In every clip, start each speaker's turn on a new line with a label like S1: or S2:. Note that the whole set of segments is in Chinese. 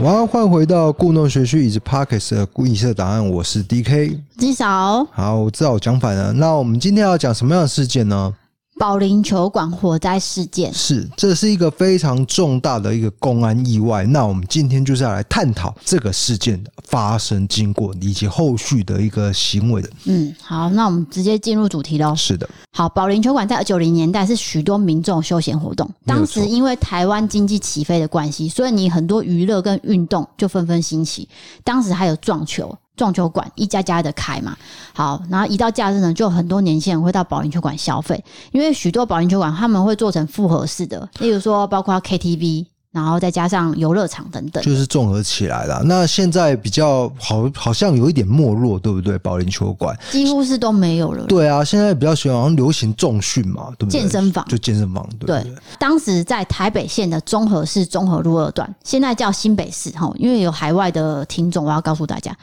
S1: 晚安，换回到故弄玄虚以及 Pockets 的故意色档案，我是 DK。
S2: 至少
S1: 好，至少我讲反了。那我们今天要讲什么样的事件呢？
S2: 保龄球馆火灾事件，
S1: 是，这是一个非常重大的一个公安意外。那我们今天就是要来探讨这个事件的发生经过以及后续的一个行为的。
S2: 嗯，好，那我们直接进入主题喽。
S1: 是的，
S2: 好，保龄球馆在九零年代是许多民众休闲活动，
S1: 没有
S2: 当
S1: 错
S2: 时因为台湾经济起飞的关系，所以你很多娱乐跟运动就纷纷兴起。当时还有撞球，撞球馆一家家的开嘛。好，然后一到假日呢，就有很多年轻人会到保龄球馆消费，因为许多保龄球馆他们会做成复合式的，例如说包括 KTV，然后再加上游乐场等等。
S1: 就是综合起来了。那现在比较好，好像有一点没落，对不对？保龄球馆，
S2: 几乎是都没有了。
S1: 对啊，现在比较喜欢好像流行重训嘛，对不对？
S2: 健身房
S1: 就健身房，对不对？
S2: 对当时在台北县的中和市中和路二段，现在叫新北市哈，因为有海外的听众，我要告诉大家，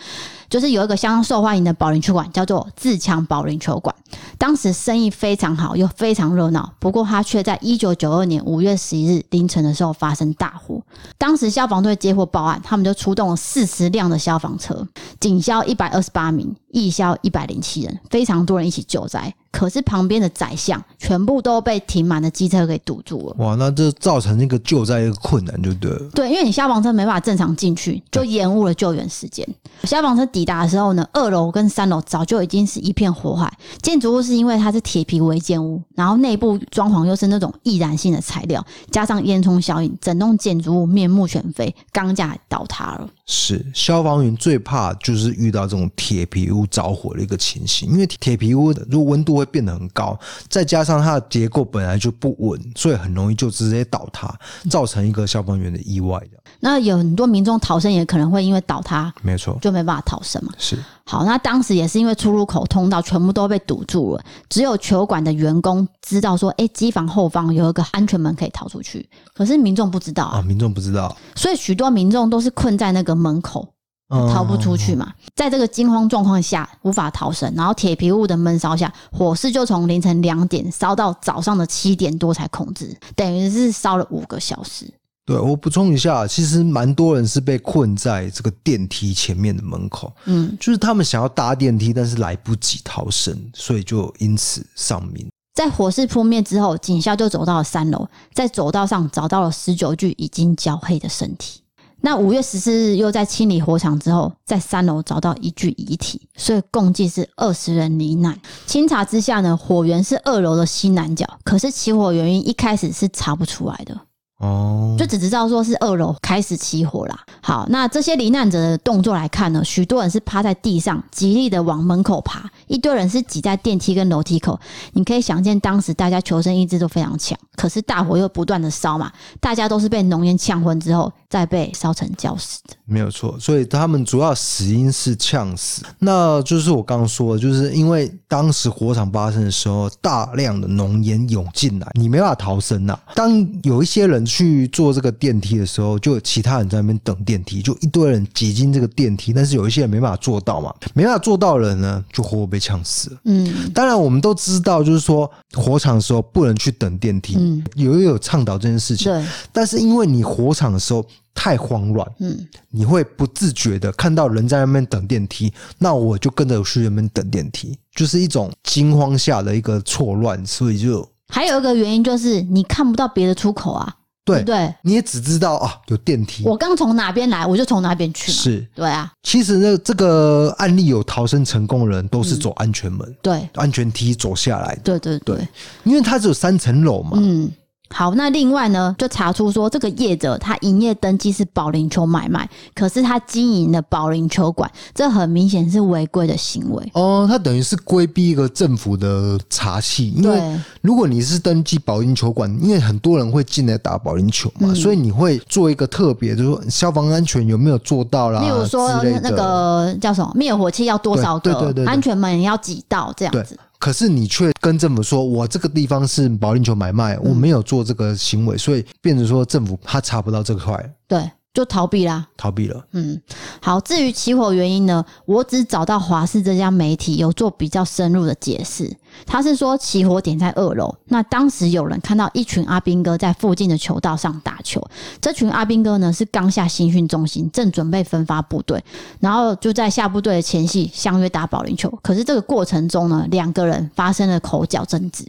S2: 就是有一个相当受欢迎的保龄球馆，叫做自强保龄球馆。当时生意非常好，又非常热闹，不过它却在一九九二年五月十一日凌晨的时候发生大火。当时消防队接获报案，他们就出动了四十辆的消防车，警消一百二十八名，义消一百零七人，非常多人一起救灾。可是旁边的宰相全部都被停满的机车给堵住了。
S1: 哇，那这造成一个救灾一个困难，就对了。
S2: 对，因为你消防车没办法正常进去，就延误了救援时间。消防车抵达的时候呢，二楼跟三楼早就已经是一片火海。建筑物是因为它是铁皮违建物，然后内部装潢又是那种易燃性的材料，加上烟囱效应，整栋建筑物面目全非，钢架倒塌了。
S1: 是消防员最怕就是遇到这种铁皮屋着火的一个情形，因为铁皮屋的如果温度会变得很高，再加上它的结构本来就不稳，所以很容易就直接倒塌，造成一个消防员的意外的。
S2: 那有很多民众逃生也可能会因为倒塌
S1: 没错，
S2: 就没办法逃生嘛。
S1: 是
S2: 好，那当时也是因为出入口通道全部都被堵住了，只有球馆的员工知道说，哎、机房后方有一个安全门可以逃出去，可是民众不知道
S1: 啊，
S2: 啊，
S1: 民众不知道，
S2: 所以许多民众都是困在那个门口，
S1: 嗯
S2: 逃不出去嘛。在这个惊慌状况下，无法逃生，然后铁皮屋的闷烧下，火势就从凌晨两点烧到早上的七点多才控制，等于是烧了五个小时。
S1: 对我补充一下，其实蛮多人是被困在这个电梯前面的门口，
S2: 嗯，
S1: 就是他们想要搭电梯，但是来不及逃生，所以就因此丧命。
S2: 在火势扑灭之后，警校就走到了三楼，在走道上找到了十九具已经焦黑的身体。那五月十四日又在清理火场之后，在三楼找到一具遗体，所以共计是二十人罹难。清查之下呢，火源是二楼的西南角，可是起火原因一开始是查不出来的。
S1: 哦，
S2: 就只知道说是二楼开始起火啦。好，那这些罹难者的动作来看呢，许多人是趴在地上，极力的往门口爬；一堆人是挤在电梯跟楼梯口。你可以想见，当时大家求生意志都非常强。可是大火又不断的烧嘛，大家都是被浓烟呛昏之后，再被烧成焦死的。
S1: 没有错，所以他们主要死因是呛死。那就是我刚刚说的，就是因为当时火场发生的时候，大量的浓烟涌进来，你没办法逃生呐、当有一些人去坐这个电梯的时候，就有其他人在那边等电梯，就一堆人挤进这个电梯，但是有一些人没办法做到嘛，没办法做到的人呢，就活活被呛死了。
S2: 嗯，
S1: 当然，我们都知道，就是说火场的时候不能去等电梯，
S2: 嗯
S1: 有也有倡导这件事情。
S2: 对，
S1: 但是因为你火场的时候太慌乱，
S2: 嗯，
S1: 你会不自觉的看到人在那边等电梯，那我就跟着去那边等电梯，就是一种惊慌下的一个错乱，所以就
S2: 还有一个原因就是你看不到别的出口啊，对
S1: 对
S2: 不，对？
S1: 你也只知道啊有电梯
S2: 我刚从哪边来，我就从哪边去嘛。
S1: 是。
S2: 对啊，
S1: 其实呢，这个案例有逃生成功的人都是走安全门、
S2: 对，
S1: 安全梯走下来的，
S2: 对对对。
S1: 对因为它只有三层楼嘛。
S2: 嗯，好，那另外呢，就查出说这个业者他营业登记是保龄球买卖，可是他经营的保龄球馆，这很明显是违规的行为。
S1: 哦，它等于是规避一个政府的查系，因为
S2: 对，
S1: 如果你是登记保龄球馆，因为很多人会进来打保龄球
S2: 嗯
S1: 嘛，所以你会做一个特别，就是说消防安全有没有做到啦，
S2: 例如说
S1: 之类的
S2: 那。个叫什么灭火器要多少
S1: 对对对
S2: 个
S1: 对，对
S2: 安全门要几道这
S1: 对
S2: 样子。
S1: 可是你却跟政府说，我这个地方是保龄球买卖，
S2: 嗯
S1: 我没有做这个行为，所以变成说政府他查不到这块，
S2: 对，就逃避啦。
S1: 逃避了。
S2: 嗯，好。至于起火原因呢，我只找到华视这家媒体有做比较深入的解释。他是说起火点在二楼，那当时有人看到一群阿兵哥在附近的球道上打球，这群阿兵哥呢是刚下新训中心，正准备分发部队，然后就在下部队的前夕相约打保龄球。可是这个过程中呢，两个人发生了口角争执，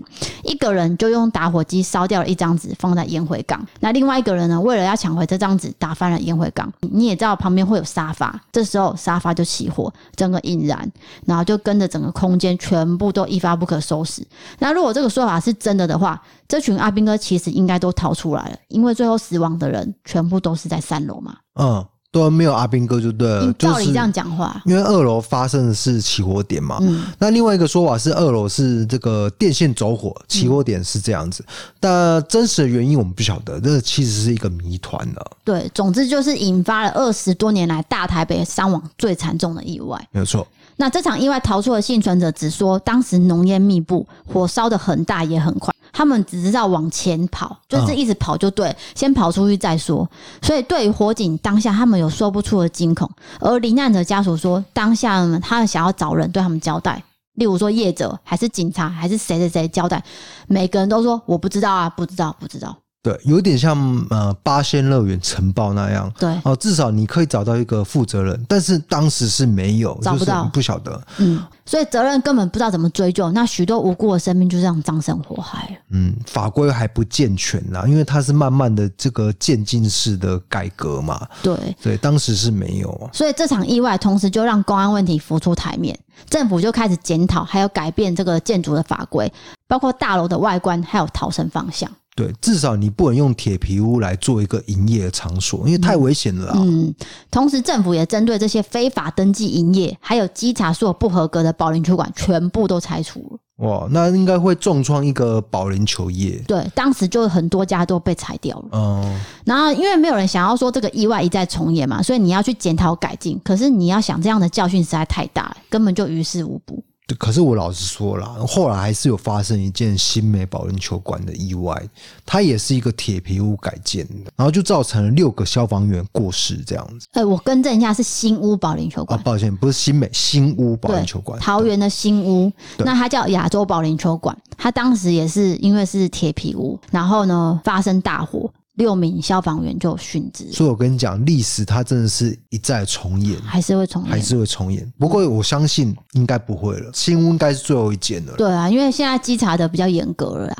S2: 一个人就用打火机烧掉了一张纸，放在烟灰缸。那另外一个人呢，为了要抢回这张纸，打翻了烟灰缸。你也知道旁边会有沙发，这时候沙发就起火，整个引燃，然后就跟着整个空间全部都一发不可收拾。那如果这个说法是真的的话，这群阿兵哥其实应该都逃出来了，因为最后死亡的人全部都是在三楼嘛。
S1: 嗯，对，没有阿兵哥就对了，
S2: 你
S1: 呃就
S2: 照
S1: 是
S2: 理这样讲话，
S1: 因为二楼发生的是起火点嘛，
S2: 嗯
S1: 那另外一个说法是二楼是这个电线走火，起
S2: 嗯
S1: 火点是这样子，但真实的原因我们不晓得，这其实是一个谜团了，
S2: 对，总之就是引发了二十多年来大台北伤亡最惨重的意外。
S1: 没有错。
S2: 那这场意外逃出的幸存者只说，当时浓烟密布，火烧的很大也很快，他们只知道往前跑，就是一直跑就对，先跑出去再说。所以对于火警当下，他们有说不出的惊恐。而罹难者家属说，当下呢他们想要找人对他们交代。例如说业者还是警察还是谁谁谁交代，每个人都说我不知道啊，不知道，不知道。
S1: 对，有点像呃八仙乐园城堡那样
S2: 对，
S1: 哦，至少你可以找到一个负责人，但是当时是没有，
S2: 找不
S1: 就是
S2: 到
S1: 我们不晓得。
S2: 嗯，所以责任根本不知道怎么追究，那许多无辜的生命就这样葬身火海了。
S1: 嗯，法规还不健全呐、因为它是慢慢的这个渐进式的改革嘛。
S2: 对，
S1: 对，当时是没有啊。
S2: 所以这场意外同时就让公安问题浮出台面，政府就开始检讨，还有改变这个建筑的法规，包括大楼的外观，还有逃生方向。
S1: 对，至少你不能用铁皮屋来做一个营业场所，因为太危险了、啊。
S2: 嗯，同时政府也针对这些非法登记营业，还有稽查所有不合格的保龄球馆，全部都拆除了。
S1: 哇，那应该会重创一个保龄球业。
S2: 对，当时就很多家都被拆掉了。
S1: 嗯，
S2: 然后，因为没有人想要说这个意外一再重演嘛，所以你要去检讨改进。可是你要想，这样的教训实在太大了，根本就于事无补。
S1: 对可是我老实说啦，后来还是有发生一件新美保龄球馆的意外，它也是一个铁皮屋改建的，然后就造成了六个消防员过世这样子。
S2: 哎、我更正一下，是新屋保龄球
S1: 啊，
S2: 馆。
S1: 抱歉，不是新美新屋保龄球馆，
S2: 桃园的新屋，那它叫亚洲保龄球馆。它当时也是因为是铁皮屋，然后呢发生大火，六名消防员就殉职，
S1: 所以我跟你讲，历史它真的是一再重演，
S2: 还是会重
S1: 还
S2: 演。
S1: 是会重演。不过我相信应该不会了，新屋应该是最后一件了。
S2: 对啊，因为现在稽查的比较严格了啦。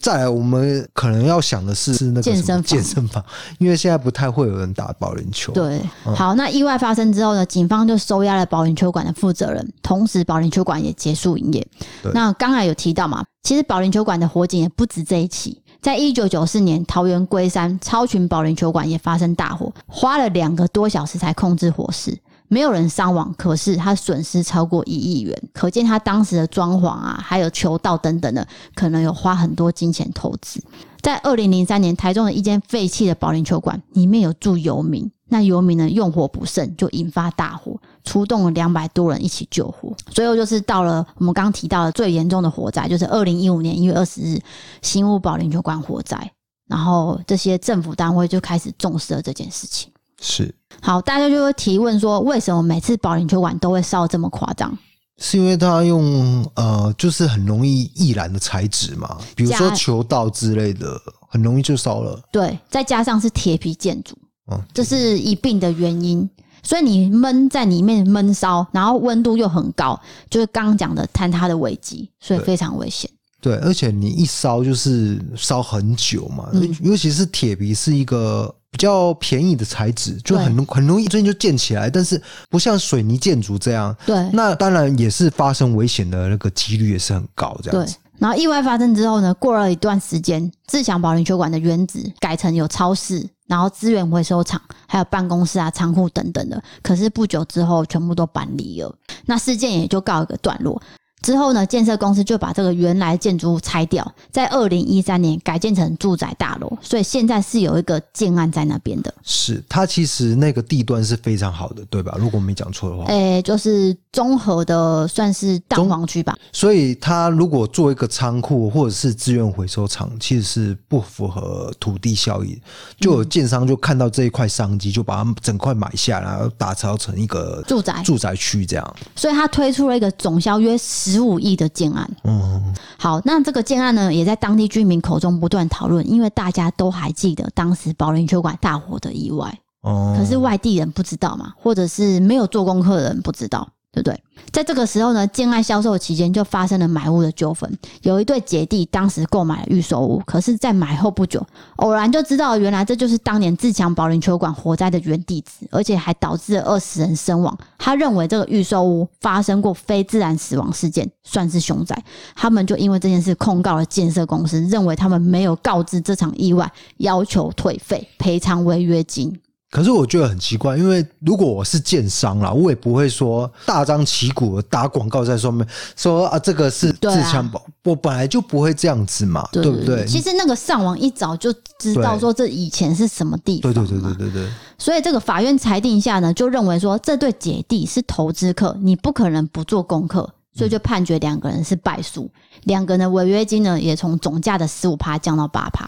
S1: 再来，我们可能要想的是是那个
S2: 健
S1: 什么
S2: 身房
S1: 健身房，因为现在不太会有人打保龄球。，
S2: 对，好，那意外发生之后呢，警方就收押了保龄球馆的负责人，同时保龄球馆也结束营业
S1: 对。
S2: 那刚才有提到嘛，其实保龄球馆的火警也不止这一起，在一九九四年桃园龟山超群保龄球馆也发生大火，花了两个多小时才控制火势。没有人伤亡，可是它损失超过一亿元，可见它当时的装潢啊，还有球道等等的，可能有花很多金钱投资。在二零零三年，台中的一间废弃的保龄球馆里面有住游民，那游民呢用火不慎就引发大火，出动了两百多人一起救火。最后就是到了我们刚刚提到的最严重的火灾，就是二零一五年一月二十日新屋保龄球馆火灾，然后这些政府单位就开始重视了这件事情。
S1: 是
S2: 好，大家就会提问说，为什么每次保龄球馆都会烧得这么夸张？
S1: 是因为它用呃，就是很容易易燃的材质嘛，比如说
S2: 加
S1: 球道之类的，很容易就烧了。
S2: 对，再加上是铁皮建筑，
S1: 嗯，
S2: 这是一并的原因。所以你闷在里面闷烧，然后温度又很高，就是刚刚讲的坍塌的危机，所以非常危险。
S1: 对，而且你一烧就是烧很久嘛，
S2: 嗯
S1: 尤其是铁皮是一个比较便宜的材质，就
S2: 对
S1: 很容很容易最近就建起来，但是不像水泥建筑这样。
S2: 对
S1: 那当然也是发生危险的那个几率也是很高，这
S2: 对
S1: 样子。。
S2: 然后意外发生之后呢，过了一段时间，自强保龄球馆的原址改成有超市，然后资源回收厂，还有办公室啊、仓库等等的。可是不久之后，全部都搬离了，那事件也就告一个段落。之后呢，建设公司就把这个原来建筑物拆掉，在二零一三年改建成住宅大楼，所以现在是有一个建案在那边的。
S1: 是它其实那个地段是非常好的，对吧？如果没讲错的话，
S2: 诶、就是综合的算是蛋黄区吧，
S1: 所以它如果做一个仓库或者是资源回收厂，其实是不符合土地效益。就有建商就看到这一块商机，就把它们整块买下来，然后打造成一个
S2: 住宅
S1: 住宅区这样。
S2: 所以他推出了一个总销约十五亿的建案。
S1: 嗯，
S2: 好，那这个建案呢，也在当地居民口中不断讨论，因为大家都还记得当时保龄球馆大火的意外。
S1: 哦，
S2: 可是外地人不知道嘛，或者是没有做功课的人不知道，对不对？在这个时候呢，建案销售期间就发生了买屋的纠纷。有一对姐弟当时购买了预售屋，可是，在买后不久，偶然就知道原来这就是当年自强保龄球馆火灾的原地址，而且还导致了二十人身亡。他认为这个预售屋发生过非自然死亡事件，算是凶宅。他们就因为这件事控告了建设公司，认为他们没有告知这场意外，要求退费赔偿违约金。
S1: 可是我觉得很奇怪，因为如果我是建商啦，我也不会说大张旗鼓地打广告在上面说啊，这个是
S2: 对啊
S1: 自强保，我本来就不会这样子嘛，
S2: 对
S1: 不对？
S2: 其实那个上网一找就知道说这以前是什么地方
S1: 对
S2: 嘛，
S1: 对对对对对，
S2: 所以这个法院裁定下呢，就认为说这对姐弟是投资客，你不可能不做功课，所以就判决两个人是败诉，两个人的违约金呢也从总价的十五趴降到八趴。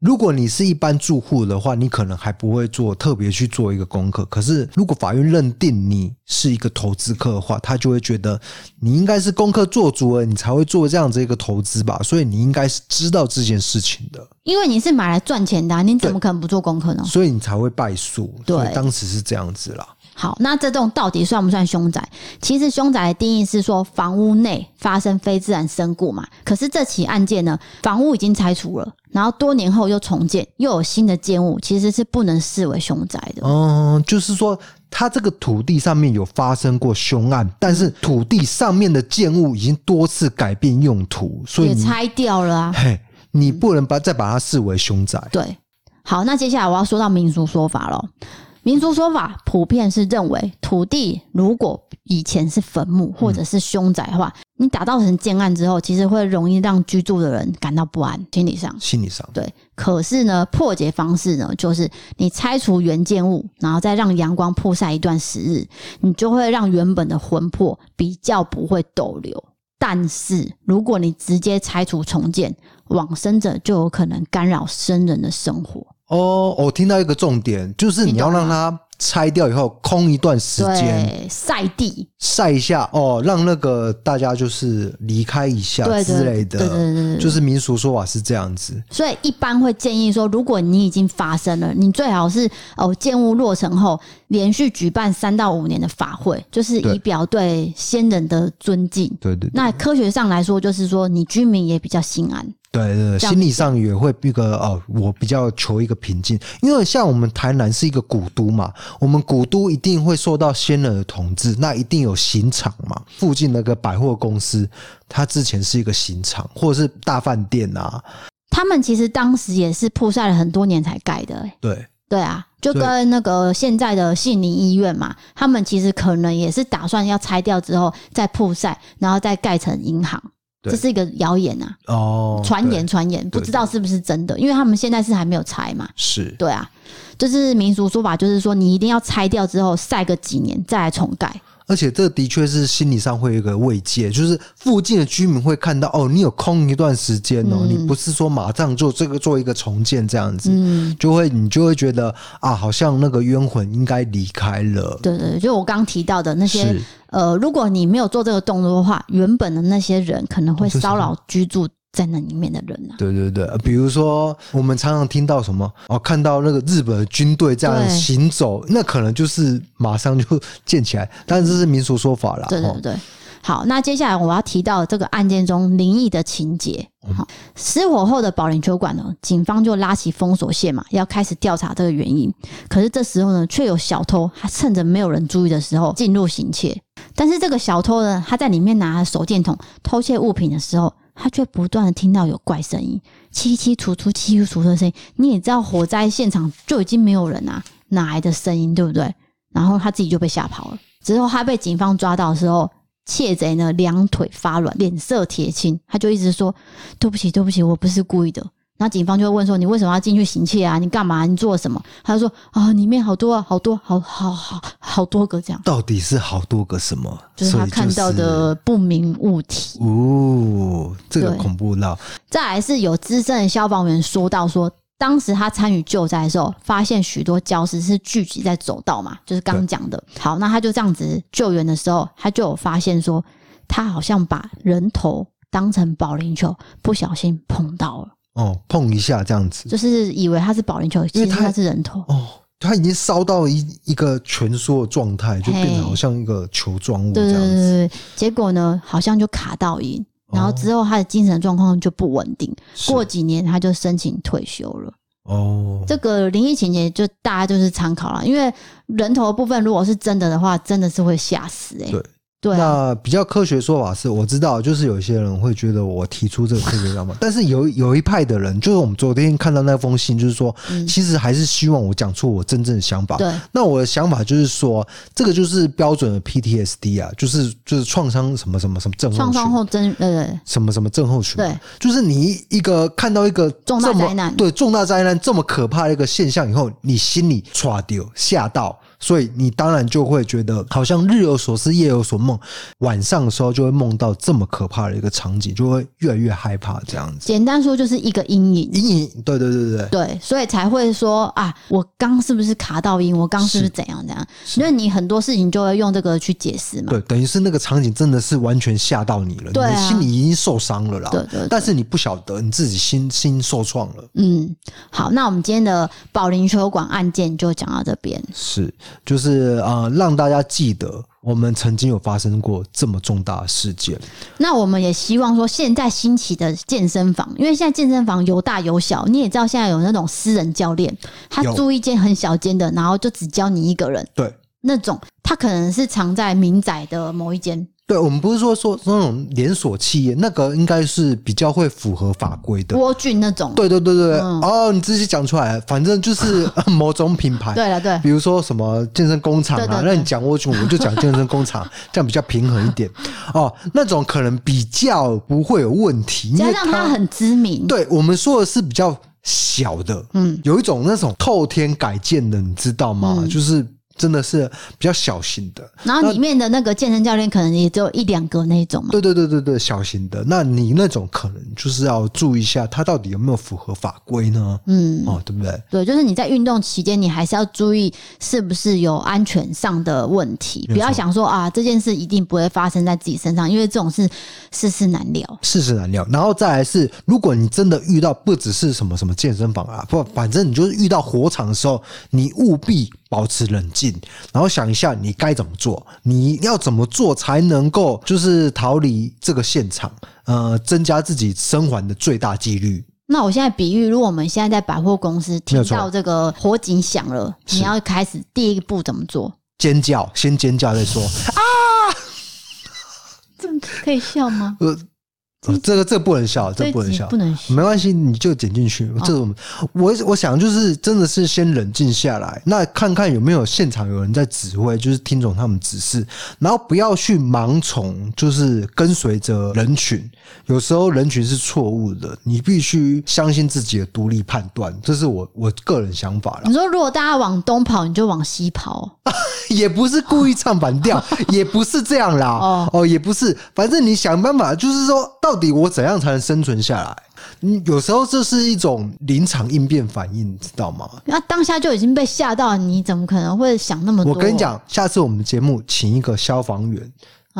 S1: 如果你是一般住户的话，你可能还不会做特别去做一个功课。可是，如果法院认定你是一个投资客的话，他就会觉得你应该是功课做足了，你才会做这样子一个投资吧。所以，你应该是知道这件事情的，
S2: 因为你是买来赚钱的啊、你怎么可能不做功课呢？
S1: 所以你才会败诉。
S2: 对
S1: 所以当时是这样子啦。
S2: 好，那这栋到底算不算凶宅？其实凶宅的定义是说房屋内发生非自然身故嘛。可是这起案件呢，房屋已经拆除了，然后多年后又重建，又有新的建物，其实是不能视为凶宅的。
S1: 嗯，就是说，它这个土地上面有发生过凶案，但是土地上面的建物已经多次改变用途，所以
S2: 也
S1: 你
S2: 拆掉了啊。
S1: 嘿，你不能把再把它视为凶宅。
S2: 对，好，那接下来我要说到民俗说法喽。民俗说法普遍是认为，土地如果以前是坟墓或者是凶宅的话，你打造成建案之后，其实会容易让居住的人感到不安，心理上。
S1: 心理上，
S2: 对，可是呢，破解方式呢，就是你拆除原建物，然后再让阳光曝晒一段时日，你就会让原本的魂魄比较不会逗留。但是如果你直接拆除重建，往生者就有可能干扰生人的生活。
S1: 哦，我听到一个重点，就是你要
S2: 你懂
S1: 让它拆掉以后空一段时间，
S2: 对，晒地，
S1: 晒一下哦，让那个大家就是离开一下
S2: 对对
S1: 之类的，
S2: 对对对对对
S1: 就是民俗说法是这样子。
S2: 所以一般会建议说，如果你已经发生了，你最好是哦建物落成后，连续举办三到五年的法会，就是
S1: 对嗯
S2: 以表对先人的尊敬。
S1: 对对对
S2: 那科学上来说，就是说你居民也比较心安。
S1: 对对，
S2: 这样
S1: 心理上也会一个哦，我比较求一个平静，因为像我们台南是一个古都嘛，我们古都一定会受到先人的统治，那一定有刑场嘛。附近那个百货公司，它之前是一个刑场，或者是大饭店啊，
S2: 他们其实当时也是曝晒了很多年才盖的、欸，
S1: 对，
S2: 对啊，就
S1: 对
S2: 跟那个现在的悉尼医院嘛，他们其实可能也是打算要拆掉之后再曝晒，然后再盖成银行，
S1: 对
S2: 这是一个谣言啊，
S1: 哦，
S2: 传
S1: 对
S2: 言传言，不知道是不是真的，因为他们现在是还没有拆嘛。
S1: 是
S2: 对啊，就是民俗说法，就是说你一定要拆掉之后晒个几年再来重盖。
S1: 而且这的确是心理上会有一个慰藉，就是附近的居民会看到哦，你有空一段时间哦，
S2: 嗯
S1: 你不是说马上做这个做一个重建这样子，
S2: 嗯，
S1: 就会你就会觉得啊，好像那个冤魂应该离开了。
S2: 对对，对就我刚提到的那些
S1: 是
S2: 呃，如果你没有做这个动作的话，原本的那些人可能会
S1: 哦就是
S2: 骚扰居住在那里面的人啊。
S1: 对对对，比如说我们常常听到什么哦，看到那个日本的军队这样
S2: 对
S1: 行走，那可能就是马上就建起来，但这是民俗说法啦。
S2: 对对
S1: 哦
S2: 对。好，那接下来我要提到这个案件中灵异的情节。好，失火后的保龄球馆呢，警方就拉起封锁线嘛，要开始调查这个原因。可是这时候呢，却有小偷，他趁着没有人注意的时候进入行窃。但是这个小偷呢，他在里面拿手电筒偷窃物品的时候，他却不断的听到有怪声音，凄凄楚楚、凄楚楚的声音。你也知道，火灾现场就已经没有人啊，哪来的声音，对不对？然后他自己就被吓跑了。之后他被警方抓到的时候，窃贼呢两腿发软，脸色铁青，他就一直说：“对不起，对不起，我不是故意的。”然后警方就会问说：“你为什么要进去行窃啊？你干嘛？你做了什么？”他就说：“啊，里面好多啊，好多，好好好好多个这样，
S1: 到底是好多个什么？
S2: 就是他
S1: 所以
S2: 看到的不明物体。
S1: 哦，这个
S2: 对
S1: 恐怖到
S2: 再来是有资深的消防员说到说，当时他参与救灾的时候，发现许多礁石是聚集在走道嘛，就是刚讲的。好，那他就这样子救援的时候，他就有发现说，他好像把人头当成保龄球，不小心碰到了，
S1: 哦，碰一下这样子，
S2: 就是以为他是保龄球，其
S1: 为
S2: 实
S1: 他
S2: 他是人头。
S1: 哦，它已经烧到一一个蜷缩的状态，就变
S2: 嘿
S1: 得好像一个球状物
S2: 对
S1: 这样
S2: 对对
S1: 子。
S2: 对对，结果呢，好像就卡到瘾，然后之后他的精神状况就不稳定，
S1: 是
S2: 过几年他就申请退休了。
S1: 哦，
S2: 这个灵异情节就大家就是参考了，因为人头的部分如果是真的的话，真的是会吓死哎、
S1: 对
S2: 对啊，
S1: 那比较科学说法是，我知道，就是有些人会觉得我提出这个科学想法， 但是有有一派的人，就是我们昨天看到那封信，就是说，
S2: 嗯
S1: 其实还是希望我讲出我真正的想法。
S2: 对
S1: 那我的想法就是说，这个就是标准的 PTSD 啊，就是就是创伤什么什么什么症候群，
S2: 创伤后真呃
S1: 什么什么症候群嘛，
S2: 对
S1: 就是你一个看到一个
S2: 重大
S1: 这么
S2: 灾难
S1: 对重大灾难这么可怕的一个现象以后，你心里歘丢吓到，所以你当然就会觉得好像日有所思夜有所梦，晚上的时候就会梦到这么可怕的一个场景，就会越来越害怕这样子。
S2: 简单说就是一个阴影。
S1: 阴影，对对对对，
S2: 对，所以才会说啊，我刚是不是卡到音？我刚是不
S1: 是
S2: 是怎样怎样？所以你很多事情就会用这个去解释嘛。
S1: 对，等于是那个场景真的是完全吓到你了，
S2: 对啊
S1: 你的心里已经受伤了啦。
S2: 对对对
S1: 但是你不晓得你自己心心受创了。
S2: 嗯，好，那我们今天的保龄球馆案件就讲到这边。
S1: 是，就是啊、呃让大家记得我们曾经有发生过这么重大的事件。
S2: 那我们也希望说，现在兴起的健身房，因为现在健身房有大有小，你也知道现在有那种私人教练，他
S1: 有
S2: 租一间很小间的，然后就只教你一个人
S1: 对，
S2: 那种，他可能是藏在民宅的某一间。
S1: 对我们不是说说那种连锁企业，那个应该是比较会符合法规的。
S2: 蜗苣那种，
S1: 对对对对，对
S2: 嗯
S1: 哦，你自己讲出来，反正就是 某种品牌。
S2: 对了，对，
S1: 比如说什么健身工厂
S2: 对对
S1: 啊，
S2: 对
S1: 那你讲我就我就讲健身工厂，这样比较平衡一点哦。那种可能比较不会有问题，因
S2: 加
S1: 为
S2: 上他很知名，
S1: 对我们说的是比较小的，
S2: 嗯，
S1: 有一种那种透天改建的，你知道吗？就是真的是比较小型的，
S2: 然后里面的那个健身教练可能也只有一两个那种嘛。
S1: 对对对对对，小型的。那你那种可能就是要注意一下，它到底有没有符合法规呢？
S2: 嗯，
S1: 哦，对不对？
S2: 对，就是你在运动期间，你还是要注意是不是有安全上的问题，
S1: 没
S2: 不要
S1: 错
S2: 想说啊这件事一定不会发生在自己身上，因为这种事世事难料。
S1: 世事难料。然后再来是，如果你真的遇到不只是什么什么健身房啊，不，反正你就是遇到火场的时候，你务必保持冷静，然后想一下你该怎么做，你要怎么做才能够就是逃离这个现场，呃，增加自己生还的最大几率。
S2: 那我现在比喻，如果我们现在在百货公司听
S1: 有错
S2: 到这个火警响了，你
S1: 是
S2: 要开始第一步怎么做？
S1: 尖叫，先尖叫再说。
S2: 这可以笑吗？
S1: 呃，
S2: 嗯
S1: 呃这个这个不能笑，这
S2: 这
S1: 个
S2: 一
S1: 不能
S2: 集
S1: 笑
S2: 不。能哦笑。
S1: 没关系，你就剪进去。这种我我想就是真的是先冷静下来，那看看有没有现场有人在指挥，就是听懂他们指示，然后不要去盲从，就是跟随着人群。有时候人群是错误的，你必须相信自己的独立判断，这是我我个人想法啦
S2: 你。说如果大家往东跑，你就往西跑，
S1: 也不是故意唱反 调，也不是这样啦。
S2: 哦
S1: 哦也不是，反正你想办法，就是说，到底我怎样才能生存下来？嗯，有时候这是一种临场应变反应，你知道吗？
S2: 那当下就已经被吓到，你怎么可能会想那么多？
S1: 我跟你，讲，下次我们节目请一个消防员，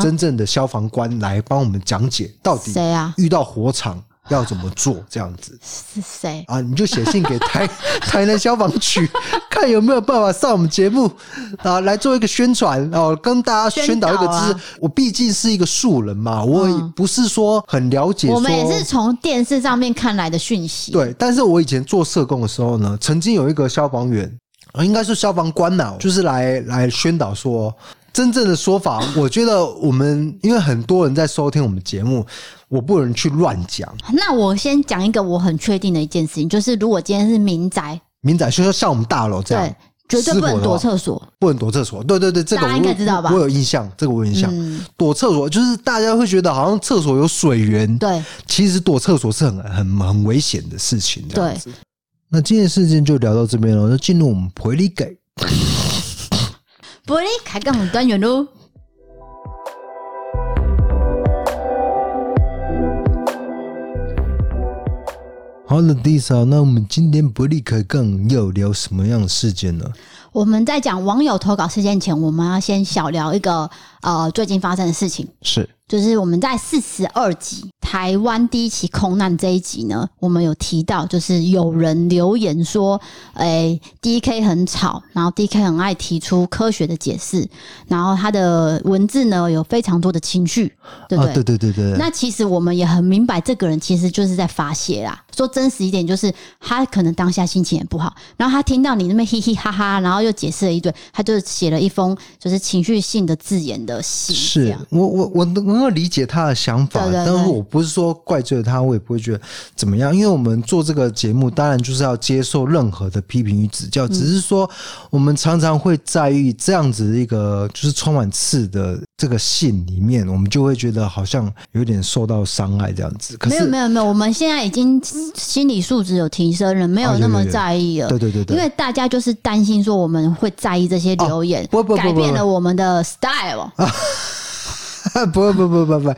S1: 真正的消防官来帮我们讲解到底
S2: 啊谁啊
S1: 遇到火场要怎么做，这样子。
S2: 是谁？
S1: 啊，你就写信给台台南消防局，看有没有办法上我们节目啊，来做一个宣传哦，跟大家宣导一个知识。
S2: 宣导啊嗯
S1: 我毕竟是一个素人嘛，我也不是说很了解说，
S2: 我们也是从电视上面看来的讯息。
S1: 对，但是我以前做社工的时候呢，曾经有一个消防员，呃应该是消防官呐、就是来来宣导说真正的说法。我觉得我们因为很多人在收听我们节目，我不能去乱讲。
S2: 那我先讲一个我很确定的一件事情，就是如果今天是民宅，
S1: 民仔就说像我们大楼这样
S2: 对，，绝对不
S1: 失火
S2: 能
S1: 的
S2: 躲
S1: 话
S2: 厕所。
S1: 不能躲厕所。对对对，这个
S2: 大
S1: 我
S2: 家应该知道吧
S1: 我有印象，这个我有印象。
S2: 嗯，
S1: 躲厕所就是大家会觉得好像厕所有水源，
S2: 对，
S1: 其实躲厕所是很很很危险的事情。这样
S2: 对
S1: 子。那今天的事件就聊到这边了，那进入我们回力给。
S2: 玻璃开杠很单元喽。
S1: 好了，第三，那我们今天伯利开更要聊什么样的事件呢？
S2: 我们在讲网友投稿事件前，我们要先小聊一个呃最近发生的事情，
S1: 是
S2: 就是我们在四十二集台湾第一起空难这一集呢，我们有提到，就是有人留言说，诶、d k 很吵，然后 DK 很爱提出科学的解释，然后他的文字呢有非常多的情绪，对不
S1: 啊，对对对对，
S2: 那其实我们也很明白，这个人其实就是在发泄啦。说真实一点，就是他可能当下心情也不好，然后他听到你那边 嘻嘻哈哈，然后又解释了一堆，他就写了一封就是情绪性的字眼的信，这
S1: 是
S2: 样
S1: 我我我能够理解他的想法，
S2: 对对对
S1: 但是我不是说怪罪他，我也不会觉得怎么样，因为我们做这个节目，当然就是要接受任何的批评与指
S2: 嗯
S1: 教，只是说我们常常会在意这样子的一个就是充满刺的这个信里面，我们就会觉得好像有点受到伤害这样子。可
S2: 没有
S1: 是啊
S2: 没，有没有，我们现在已经心理素质有提升了，没
S1: 哦
S2: 有
S1: 有
S2: 那么
S1: 有有
S2: 在意了。
S1: 对对对
S2: 因
S1: 对，
S2: 为大家就是担心说我们会在意这些留言，
S1: 不不不
S2: 改
S1: 不
S2: 变
S1: 不
S2: 了我们的 style。
S1: 不不不不不，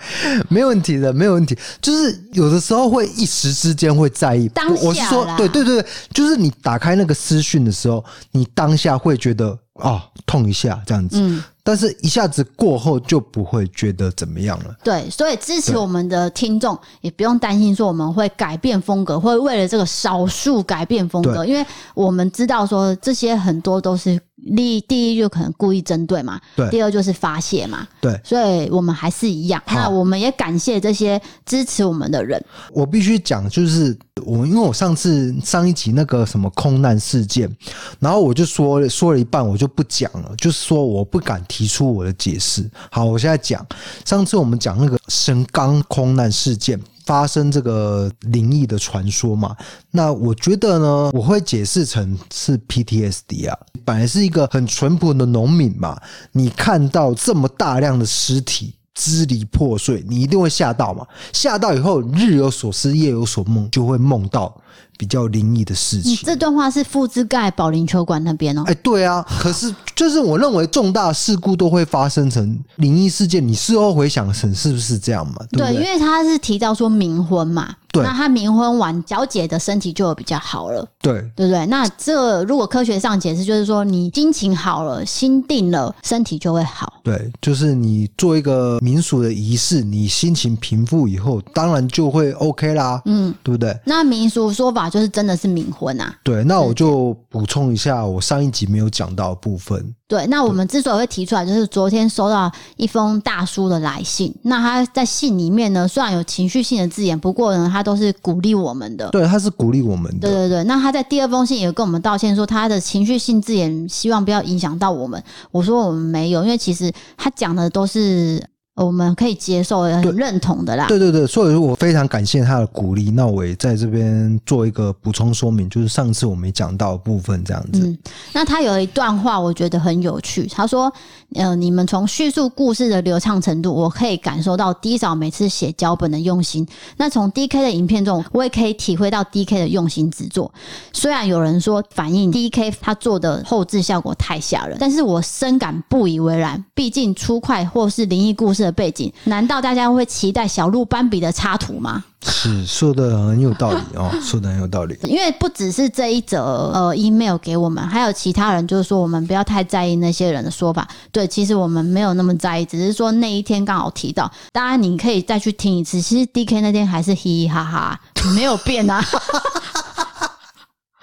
S1: 没问题的，没有问题。就是有的时候会一时之间会在意，
S2: 当下
S1: 我是说
S2: 啦，
S1: 对对对，对就是你打开那个私讯的时候，你当下会觉得哦痛一下这样子，
S2: 嗯
S1: 但是一下子过后就不会觉得怎么样了。
S2: 对，所以支持
S1: 对
S2: 我们的听众也不用担心说我们会改变风格，会为了这个少数改变风格，因为我们知道说这些很多都是第第一就可能故意针对嘛，
S1: 对
S2: 第二就是发泄嘛，
S1: 对
S2: 所以我们还是一样。
S1: 好
S2: 那我们也感谢这些支持我们的人，
S1: 我必须讲，就是我因为我上次上一集那个什么空难事件，然后我就说说了一半，我就不讲了，就是说我不敢提出我的解释。好，我现在讲，上次我们讲那个神冈空难事件。发生这个灵异的传说嘛？那我觉得呢，我会解释成是 PTSD 啊，本来是一个很淳朴的农民嘛，你看到这么大量的尸体，支离破碎，你一定会吓到嘛。吓到以后，日有所思，夜有所梦，就会梦到比较灵异的事情。
S2: 你嗯这段话是复制盖保龄球馆那边哦、
S1: 哎、对啊，可是就是我认为重大事故都会发生成灵异事件，你事后回想成是不是这样嘛？对不
S2: 对，
S1: 对？
S2: 因为他是提到说冥婚嘛，
S1: 对
S2: 那他冥婚完，小姐的身体就有比较好了。
S1: 对
S2: 对不对？那这如果科学上解释，就是说你心情好了，心定了，身体就会好。
S1: 对，就是你做一个民俗的仪式，你心情平复以后，当然就会 OK 啦，
S2: 嗯，
S1: 对不对？
S2: 那民俗说法就是真的是冥婚啊。
S1: 对，那我就补充一下我上一集没有讲到的部分。
S2: 对，那我们之所以会提出来，就是昨天收到一封大叔的来信。那他在信里面呢，虽然有情绪性的字眼，不过呢，他都是鼓励我们的。
S1: 对，他是鼓励我们
S2: 对
S1: 的，
S2: 对对，那他在第二封信也跟我们道歉说，他的情绪性字眼希望不要影响到我们。我说我们没有，因为其实他讲的都是呃我们可以接受、也
S1: 对
S2: 很认同的啦。
S1: 对对对，所以我非常感谢他的鼓励。那我也在这边做一个补充说明，就是上次我没讲到的部分，这样子。
S2: 嗯那他有一段话，我觉得很有趣。他说：“呃，你们从叙述故事的流畅程度，我可以感受到 D 嫂每次写脚本的用心。那从 DK 的影片中，我也可以体会到 DK 的用心之作。虽然有人说反映 DK 他做的后置效果太吓人，但是我深感不以为然。毕竟粗快或是灵异故事的背景，难道大家会期待小鹿斑比的插图吗？”
S1: 是说的很有道理哦，说的很有道理。
S2: 因为不只是这一则呃 email 给我们，还有其他人就是说我们不要太在意那些人的说法。对，其实我们没有那么在意，只是说那一天刚好提到。当然你可以再去听一次，其实 D K 那天还是嘻嘻哈哈，没有变啊。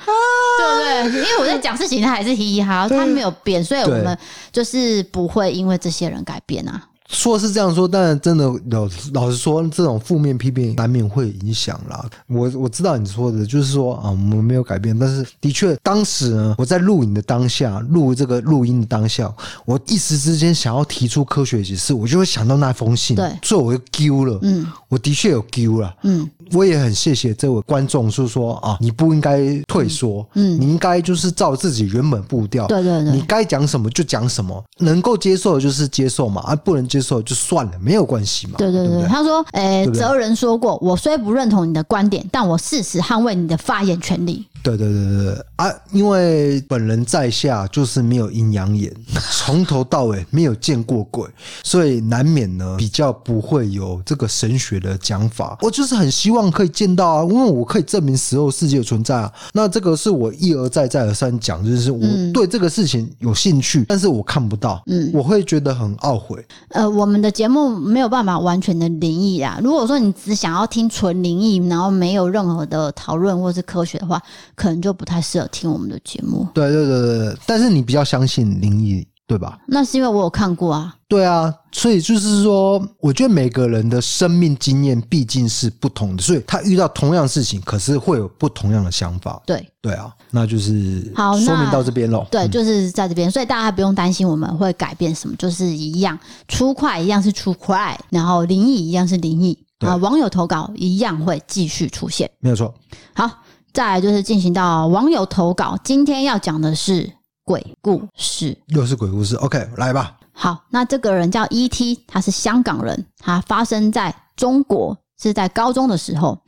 S2: 对不对？因为我在讲事情，他还是嘻嘻哈哈，他没有变，所以我
S1: 对
S2: 们就是不会因为这些人改变啊。
S1: 说是这样说，但真的老老实说，这种负面批评难免会影响啦。我我知道你说的，就是说啊，我们没有改变，但是的确当时呢，我在录影的当下，录这个录音的当下，我一时之间想要提出科学解释，我就会想到那封信，
S2: 对
S1: 所以我就丢了。
S2: 嗯
S1: 我的确有丢了，
S2: 嗯，
S1: 我也很谢谢这位观众，是说啊，你不应该退缩，
S2: 嗯嗯
S1: 你应该就是照自己原本步调，
S2: 对对
S1: 你
S2: 对，
S1: 该讲什么就讲什么，能够接受的就是接受嘛，啊，不能接受就算了，没有关系嘛，
S2: 对对
S1: 不
S2: 对，
S1: 对？
S2: 他说：“诶、
S1: 对不对
S2: 哲人说过，我虽不认同你的观点，但我誓死捍卫你的发言权利。
S1: 对对对对对啊！因为本人在下就是没有阴阳眼， 从头到尾没有见过鬼，所以难免呢比较不会有这个神学的讲法。我就是很希望望可以见到啊，因为我可以证明死后世界的存在啊。那这个是我一而再、再而三讲，就是我
S2: 嗯
S1: 对这个事情有兴趣，但是我看不到，
S2: 嗯
S1: 我会觉得很懊悔。
S2: 呃，我们的节目没有办法完全的灵异啊。如果说你只想要听纯灵异，然后没有任何的讨论或是科学的话，可能就不太适合听我们的节目。
S1: 对对对对对，但是你比较相信灵异，对吧？
S2: 那是因为我有看过啊，
S1: 对啊，所以就是说，我觉得每个人的生命经验毕竟是不同的，所以他遇到同样事情，可是会有不同样的想法。
S2: 对
S1: 对啊，那就是
S2: 好那
S1: 说明到这边嗯喽。
S2: 对，就是在这边，所以大家不用担心我们会改变什么，就是一样出快一样是出快，然后灵异一样是灵异
S1: 对
S2: 啊，网友投稿一样会继续出现。
S1: 没有错。
S2: 好，再来就是进行到网友投稿，今天要讲的是鬼故事。
S1: 又是鬼故事，OK，来吧。
S2: 好，那这个人叫 E.T，他是香港人，他发生在中国，是在高中的时候。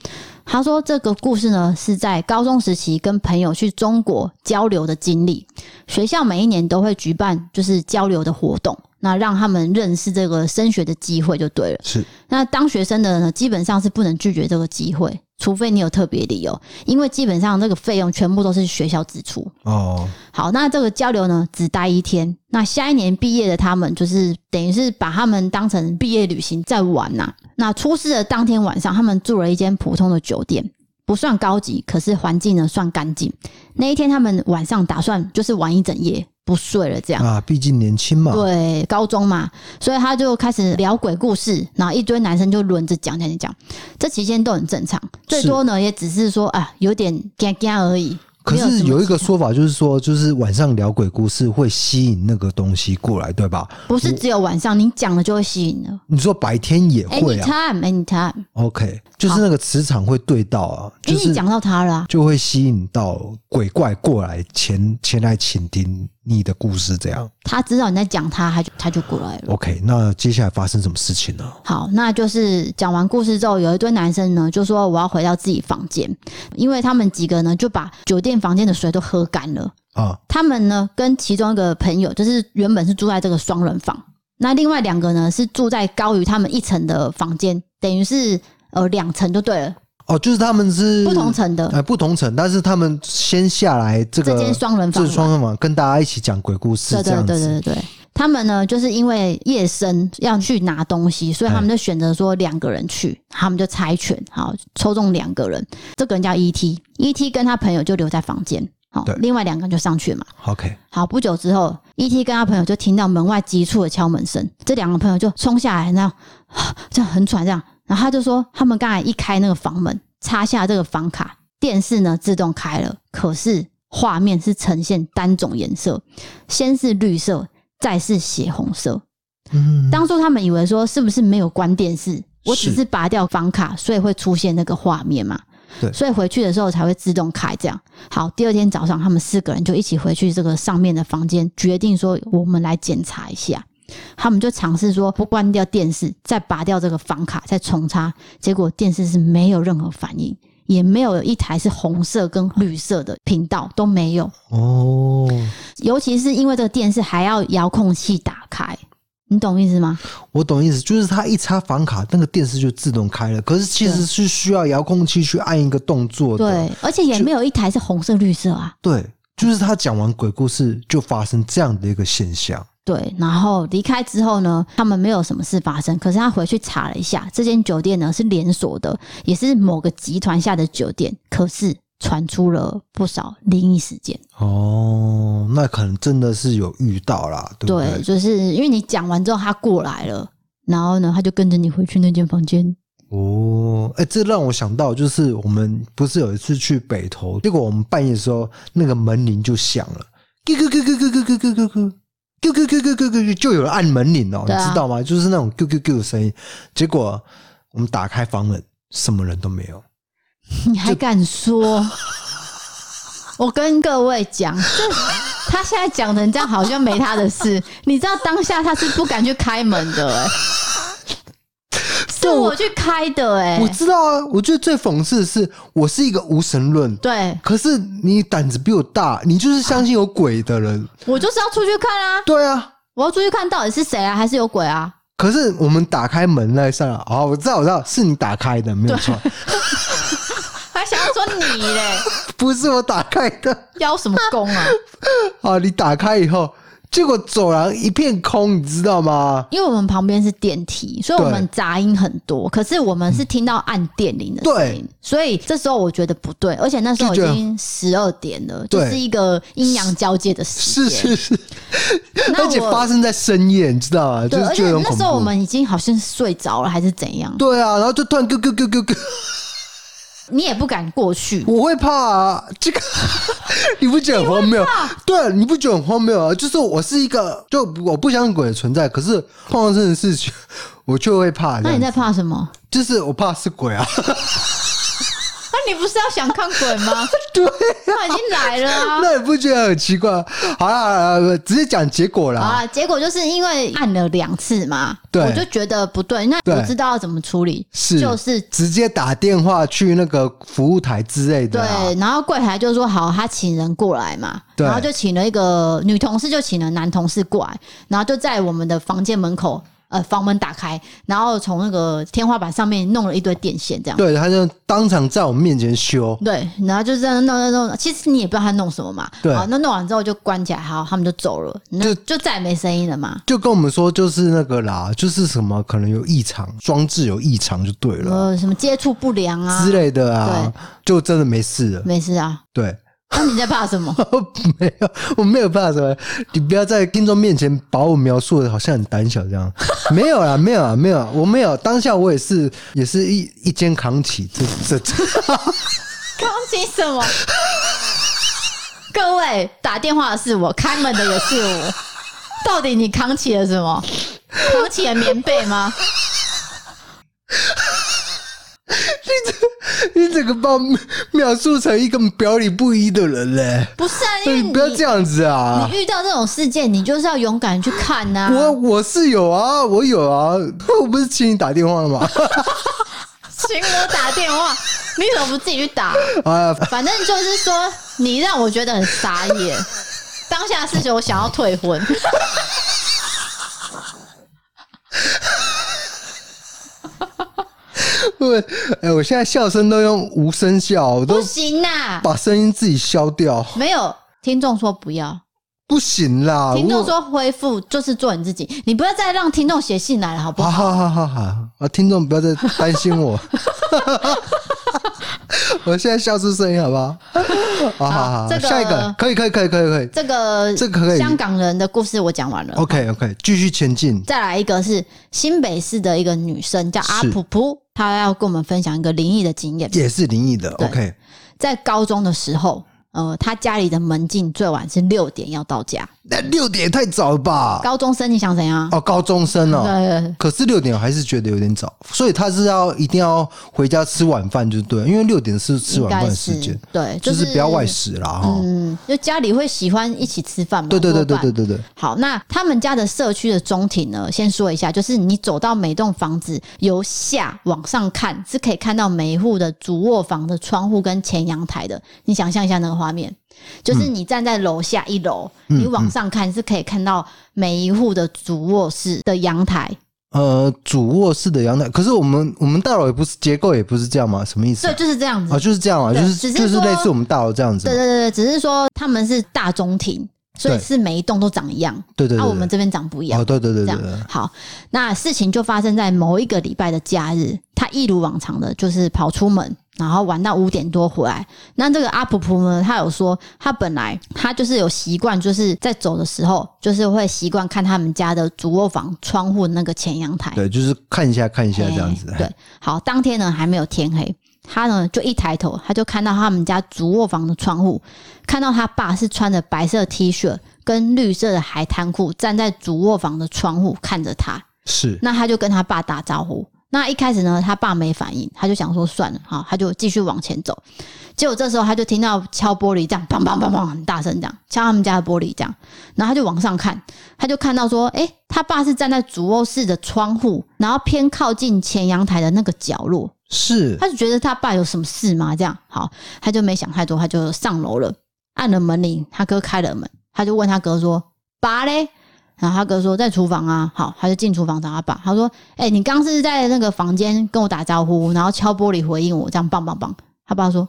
S2: 他说这个故事呢是在高中时期跟朋友去中国交流的经历。学校每一年都会举办就是交流的活动，那让他们认识这个升学的机会就对了。
S1: 是
S2: 那当学生的呢，基本上是不能拒绝这个机会，除非你有特别理由，因为基本上这个费用全部都是学校支出。
S1: 哦，
S2: 好，那这个交流呢，只待一天。那下一年毕业的他们，就是等于是把他们当成毕业旅行在玩呐、那出事的当天晚上，他们住了一间普通的酒店，不算高级，可是环境呢算干净。那一天他们晚上打算就是玩一整夜，不睡了这样。
S1: 啊，毕竟年轻嘛。
S2: 对，高中嘛，所以他就开始聊鬼故事，然后一堆男生就轮着讲讲讲讲，这期间都很正常，最
S1: 是
S2: 多呢也只是说啊有点干干而已。
S1: 可
S2: 没
S1: 是
S2: 什么
S1: 有一
S2: 其
S1: 个
S2: 他
S1: 说法，就是说，就是晚上聊鬼故事会吸引那个东西过来，对吧？
S2: 不是只有晚上你讲了就会吸引了哎
S1: 你说白天也会啊
S2: ，anytime anytime，
S1: ，OK，就是那个磁场会对到啊，
S2: 因
S1: 就
S2: 为你
S1: 是
S2: 讲到他了、啊。
S1: 就会吸引到鬼怪过来前前来倾听你的故事，这样
S2: 他知道你在讲他，他就他就过来了。
S1: OK。那接下来发生什么事情呢？
S2: 好，那就是讲完故事之后，有一堆男生呢就说我要回到自己房间，因为他们几个呢就把酒店房间的水都喝干了。
S1: 啊，
S2: 他们呢跟其中一个朋友，就是原本是住在这个双人房，那另外两个呢是住在高于他们一层的房间，等于是呃两层就对了，
S1: 哦，就是他们是
S2: 不同层的。
S1: 哎，不同层，但是他们先下来这
S2: 这
S1: 个
S2: 间双人房
S1: 这
S2: 嘛，
S1: 双人房跟大家一起讲鬼故事
S2: 对
S1: 这
S2: 对
S1: 样
S2: 对
S1: 子
S2: 对对。他们呢，就是因为夜深要去拿东西，所以他们就选择说两个人去，他们就猜拳，好抽中两个人，这个人叫 E.T.，E.T. 跟他朋友就留在房间，好
S1: 对，
S2: 另外两个人就上去嘛。
S1: ，OK，
S2: 好，不久之后，E.T. 跟他朋友就听到门外急促的敲门声，这两个朋友就冲下来，那样 这样很喘，这样，然后他就说，他们刚才一开那个房门，插下这个房卡，电视呢自动开了，可是画面是呈现单种颜色，先是绿色，再是血红色。
S1: 嗯，
S2: 当初他们以为说是不是没有关电视，我只
S1: 是
S2: 是拔掉房卡，所以会出现那个画面嘛。
S1: 对
S2: 所以回去的时候才会自动开这样。好，第二天早上他们四个人就一起回去这个上面的房间，决定说我们来检查一下。他们就尝试说不关掉电视，再拔掉这个房卡，再重插。结果电视是没有任何反应，也没有一台是红色跟绿色的频道都没有。
S1: 哦，
S2: 尤其是因为这个电视还要遥控器打开，你懂意思吗？
S1: 我懂意思，就是他一插房卡，那个电视就自动开了。可是其实
S2: 对
S1: 是需要遥控器去按一个动作的，
S2: 对，而且也没有一台是红色、绿色啊。
S1: 对，就是他讲完鬼故事就发生这样的一个现象。
S2: 对，然后离开之后呢，他们没有什么事发生。可是他回去查了一下，这间酒店呢是连锁的，也是某个集团下的酒店，可是传出了不少灵异事件。
S1: 哦，那可能真的是有遇到啦，对不
S2: 对，
S1: 嗯对？
S2: 就是因为你讲完之后，他过来了，然后呢，他就跟着你回去那间房间。
S1: 哦，哎、这让我想到，就是我们不是有一次去北投，结果我们半夜的时候，那个门铃就响了，咯咯咯咯咯咯咯咯咯。咯咯咯咯咯咯，就有人按门铃哦，
S2: 啊对啊
S1: 你知道吗？就是那种咯咯咯的声音。结果我们打开房门，什么人都没有。
S2: 你还敢 说？我跟各位讲，这他现在讲成这样，好像没他的 事。你知道当下他是不敢去开门的、 欸，是我去开的、欸，
S1: 我知道啊，我觉得最讽刺的是，我是一个无神论，
S2: 对
S1: 可是你胆子比我大，你就是相信有鬼的人。
S2: 我就是要出去看啊，
S1: 对啊，
S2: 我要出去看到底是谁啊，还是有鬼啊？
S1: 可是我们打开门那一刹那，哦，我知道，我知道，是你打开的，没有错。
S2: 说你嘞，
S1: 不是我打开的
S2: 邀什么功 啊？
S1: 啊！你打开以后，结果走廊一片空，你知道吗？
S2: 因为我们旁边是电梯，所以我们杂音很多。可是我们是听到按电铃的声音，所以这时候我觉得不对。而且那时候已
S1: 就觉得
S2: 经十二点了，
S1: 对
S2: 就是一个阴阳交界的时
S1: 是是
S2: 间。
S1: 是，
S2: 那
S1: 而且
S2: 我
S1: 发生在深夜，你知道吗？就
S2: 对，
S1: 是
S2: 而
S1: 觉
S2: 且
S1: 得很
S2: 那
S1: 恐
S2: 时候我
S1: 怖。
S2: 们已经好像是睡着了还是怎样，
S1: 对啊，然后就突然咯咯咯咯咯，
S2: 你也不敢过去。
S1: 我会怕啊！这个 你不觉得很荒谬？对，你不觉得很荒谬啊？就是我是一个，就我不相信鬼的存在，可是碰到这种事情，我就会怕。
S2: 那你在怕什么？
S1: 就是我怕是鬼啊！
S2: 那啊你不是要想看鬼吗？
S1: 对，
S2: 他已经来了啊！
S1: 那你不觉得很奇怪？好啦好啦，直接讲结果
S2: 好
S1: 啦。
S2: 啦，结果就是因为按了两次嘛，
S1: 对
S2: 我就觉得不对，那
S1: 对
S2: 我知道要怎么处理，
S1: 是
S2: 就是
S1: 直接打电话去那个服务台之类的、啊。
S2: 对，然后柜台就说好，他请人过来嘛，
S1: 对
S2: 然后就请了一个女同事，就请了男同事过来，然后就在我们的房间门口，呃，房门打开，然后从那个天花板上面弄了一堆电线，这样。
S1: 对，他就当场在我面前修。
S2: 对，然后就这样弄弄弄，其实你也不知道他弄什么嘛。
S1: 对
S2: 好，那弄完之后就关起来，好，他们就走了，那
S1: 就
S2: 就再也没声音了嘛。
S1: 就跟我们说，就是那个啦，就是什么可能有异常，装置有异常就对了、
S2: 呃，什么接触不良啊
S1: 之，类的啊，就真的没事了。
S2: 没事啊。
S1: 对，
S2: 那你在怕什么？
S1: 没有，我没有怕什么，你不要在听众面前把我描述的好像很胆小这 样。没有啦，没有啊，没有啊，我没有。当下我也是，也是一一肩扛起这这这，
S2: 恭喜什么？各位，打电话的是我，开门的也是我。到底你扛起了什么？扛起了棉被吗？
S1: 你整个把我描述成一个表里不一的人嘞、
S2: 不是啊，因
S1: 所
S2: 为
S1: 以
S2: 你
S1: 哎不要这样子啊！
S2: 你遇到这种事件，你就是要勇敢去看啊呐、
S1: 我我是有啊，我有啊， 我不是请你打电话了吗？
S2: 请我打电话，你怎么不自己去打？
S1: 啊，
S2: 反正就是说，你让我觉得很傻眼。当下事情，我想要退婚。
S1: 我哎、我现在笑声都用无声笑，我
S2: 不
S1: 都
S2: 行呐、
S1: 把声音自己消掉，
S2: 没有听众说不要，
S1: 不行啦！
S2: 听众
S1: 啊我，
S2: 说恢复就是做你自己，你不要再让听众写信来了，好不
S1: 好
S2: 好？
S1: 好好好好啊，听众不要再担心 我，我现在笑出声音好不好？好好好，
S2: 这个
S1: 下一个可以可以可以可以可以
S2: 这个
S1: 这个可以哦
S2: 香港人的故事我讲完了。
S1: ，OK OK，继续前进，
S2: 再来一个是新北市的一个女生叫阿
S1: 是
S2: 普普，她要跟我们分享一个灵异的经验。
S1: 也是灵异的
S2: 对
S1: ，OK，
S2: 在高中的时候，呃，她家里的门禁最晚是六点要到家。
S1: 那六点也太早了吧？
S2: 高中生你想怎样？
S1: 哦，高中生哦。
S2: 呃，
S1: 可是六点我还是觉得有点早，所以他是要一定要回家吃晚饭就对了，因为六点是吃
S2: 应
S1: 晚
S2: 该
S1: 饭的
S2: 是
S1: 时间，
S2: 对，
S1: 就是是不要外。食啦哈。
S2: 嗯，就家里会喜欢一起吃饭嘛？
S1: 对对对
S2: 多
S1: 对
S2: 半
S1: 对对对，
S2: 好，那他们家的社区的中庭呢？先说一下，就是你走到每栋房子，由下往上看，是可以看到每一户的主卧房的窗户跟前阳台的。你想象一下那个画面，就是你站在楼下一楼，
S1: 嗯
S2: 你往上看是可以看到每一户的主卧室的阳台，
S1: 呃，主卧室的阳台，可是我们我们大楼也不是结构也不是这样嘛，什么意思
S2: 对，
S1: 啊？
S2: 就是这样子。
S1: 啊就是这样啊，
S2: 对
S1: 就
S2: 只
S1: 是
S2: 是
S1: 就是
S2: 说
S1: 类似我们大楼这样子
S2: 对
S1: 嘛，
S2: 对对，对只是说他们是大中庭，所以
S1: 对
S2: 是每一栋都长一样，
S1: 对对
S2: 啊，
S1: 对，
S2: 我们这边长不一
S1: 对
S2: 样
S1: 哦，。对对对
S2: 这
S1: 对
S2: 样
S1: 对，对
S2: 好，那事情就发生在某一个礼拜的假日，他一如往常的，就是跑出门，然后玩到五点多回来。那这个阿普普呢，他有说，他本来他就是有习惯，就是在走的时候，就是会习惯看他们家的主卧房窗户那个前阳台。
S1: 对，就是看一下看一下这样子
S2: 哎，对，好，当天呢还没有天黑，他呢就一抬头，他就看到他们家主卧房的窗户，看到他爸是穿着白色 T 恤跟绿色的海滩裤，站在主卧房的窗户看着他。
S1: 是
S2: 那他就跟他爸打招呼。那一开始呢，他爸没反应，他就想说算了，好，他就继续往前走。结果这时候他就听到敲玻璃，这样砰砰砰砰很大声，这样敲他们家的玻璃，这样。然后他就往上看，他就看到说，诶、他爸是站在主卧室的窗户，然后偏靠近前阳台的那个角落。
S1: 是
S2: 他就觉得他爸有什么事吗？这样好，他就没想太多，他就上楼了，按了门铃，他哥开了门，他就问他哥说：“爸嘞？”然后他哥说：“在厨房啊。”好，他就进厨房找他爸，他说：“哎、你刚是在那个房间跟我打招呼，然后敲玻璃回应我，这样棒棒棒。”他爸说：“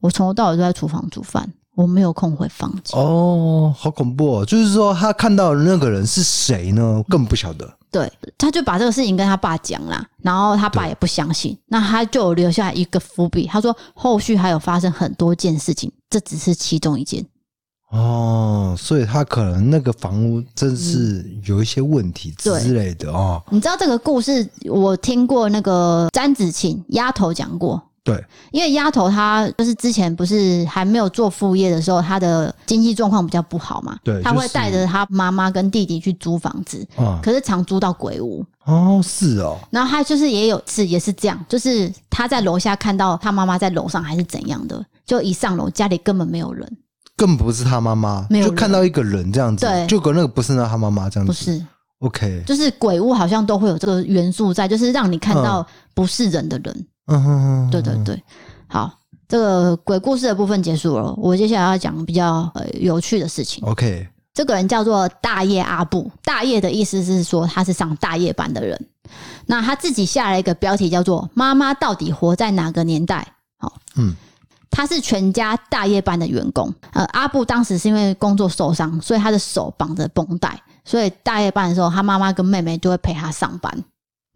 S2: 我从头到尾都在厨房煮饭，我没有空回房间。
S1: 哦，好恐怖哦！就是说他看到的那个人是谁呢？更不晓得。
S2: 对，他就把这个事情跟他爸讲啦，然后他爸也不相信，那他就留下一个伏笔，他说后续还有发生很多件事情，这只是其中一件。
S1: 哦，所以他可能那个房屋真是有一些问题
S2: 对
S1: 之类的哦。
S2: 你知道这个故事，我听过那个詹子晴丫头讲过，
S1: 对，
S2: 因为丫头她就是之前不是还没有做副业的时候，她的经济状况比较不好嘛，
S1: 对
S2: 她
S1: 就
S2: 会
S1: 是
S2: 带着她妈妈跟弟弟去租房子，
S1: 啊、
S2: 可是常租到鬼屋。
S1: 哦，是哦，
S2: 然后她就是也有次也是这样，就是她在楼下看到她妈妈在楼上还是怎样的，就一上楼家里根本没有人，
S1: 更不是他妈妈，
S2: 没有
S1: 就
S2: 人
S1: 看到一个人这样子，
S2: 对
S1: 就跟那个不是那他妈妈这样子，
S2: 不是，
S1: OK，
S2: 就是鬼屋好像都会有这个元素在，就是让你看到不是人的人。
S1: 嗯哼哼，
S2: 对对对，好，这个鬼故事的部分结束了，我接下来要讲比较呃有趣的事情。
S1: ，OK，
S2: 这个人叫做大叶阿布，大叶的意思是说他是上大夜班的人。那他自己下了一个标题叫做“妈妈到底活在哪个年代”。好，
S1: 嗯，
S2: 他是全家大夜班的员工。呃，阿布当时是因为工作受伤，所以他的手绑着绷带，所以大夜班的时候，他妈妈跟妹妹就会陪他上班，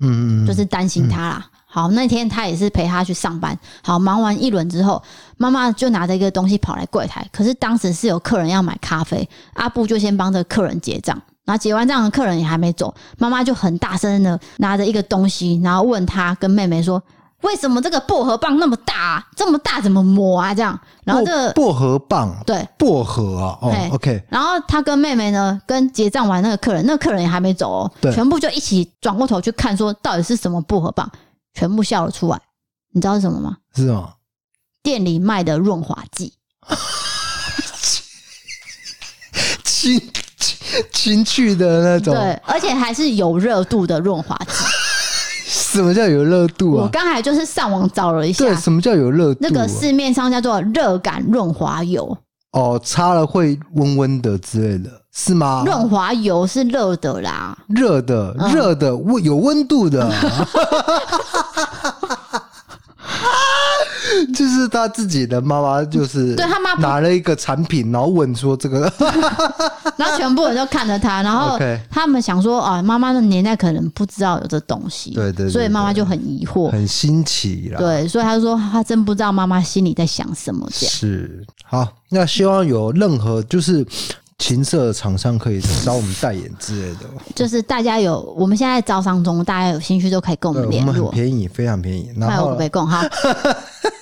S1: 嗯嗯，嗯嗯
S2: 就是担心他啦。好，那天他也是陪他去上班。好，忙完一轮之后，妈妈就拿着一个东西跑来柜台，可是当时是有客人要买咖啡，阿布就先帮着客人结账。然后结完账的客人也还没走，妈妈就很大声的拿着一个东西，然后问他跟妹妹说：“为什么这个薄荷棒那么大、啊？这么大怎么磨啊？”这样，然后这个
S1: 薄薄荷棒，
S2: 对，
S1: 薄荷啊，
S2: 嘿
S1: 哦，OK，
S2: 然后他跟妹妹呢，跟结账完那个客人，那个客人也还没走哦
S1: 对，
S2: 全部就一起转过头去看，说到底是什么薄荷棒，全部笑了出来。你知道是什么吗？
S1: 是哦吗？
S2: 店里卖的润滑剂。
S1: 情情情趣的那种，
S2: 对，而且还是有热度的润滑剂。
S1: 什么叫有热度
S2: 我
S1: 啊？
S2: 刚才就是上网找了一下
S1: 对，，什么叫有热度、啊？
S2: 那个市面上叫做热感润滑油，
S1: 哦，擦了会温温的之类的，是吗？
S2: 润滑油是热的啦。
S1: 热的，
S2: 嗯
S1: 热的，温有温度 的，就是他自己的妈妈，就是
S2: 对他妈不
S1: 拿了一个产品，然后问说这个，
S2: 然后全部人都看着他，然后
S1: OK
S2: 他们想说啊，妈妈的年代可能不知道有这东西，
S1: 对对对
S2: 所以妈妈就很疑惑。
S1: 很新奇啦。
S2: 对，所以他说他真不知道妈妈心里在想什么。这样，
S1: 是好，那希望有任何就是情色的厂商可以找我们代言之类的。
S2: 就是大家有我们现在招商中，大家有兴趣都可以跟我
S1: 对，
S2: 们
S1: 我
S2: 联
S1: 们很
S2: 络，
S1: 便宜，非常便宜。然
S2: 卖我
S1: 后
S2: 个杯 供哈。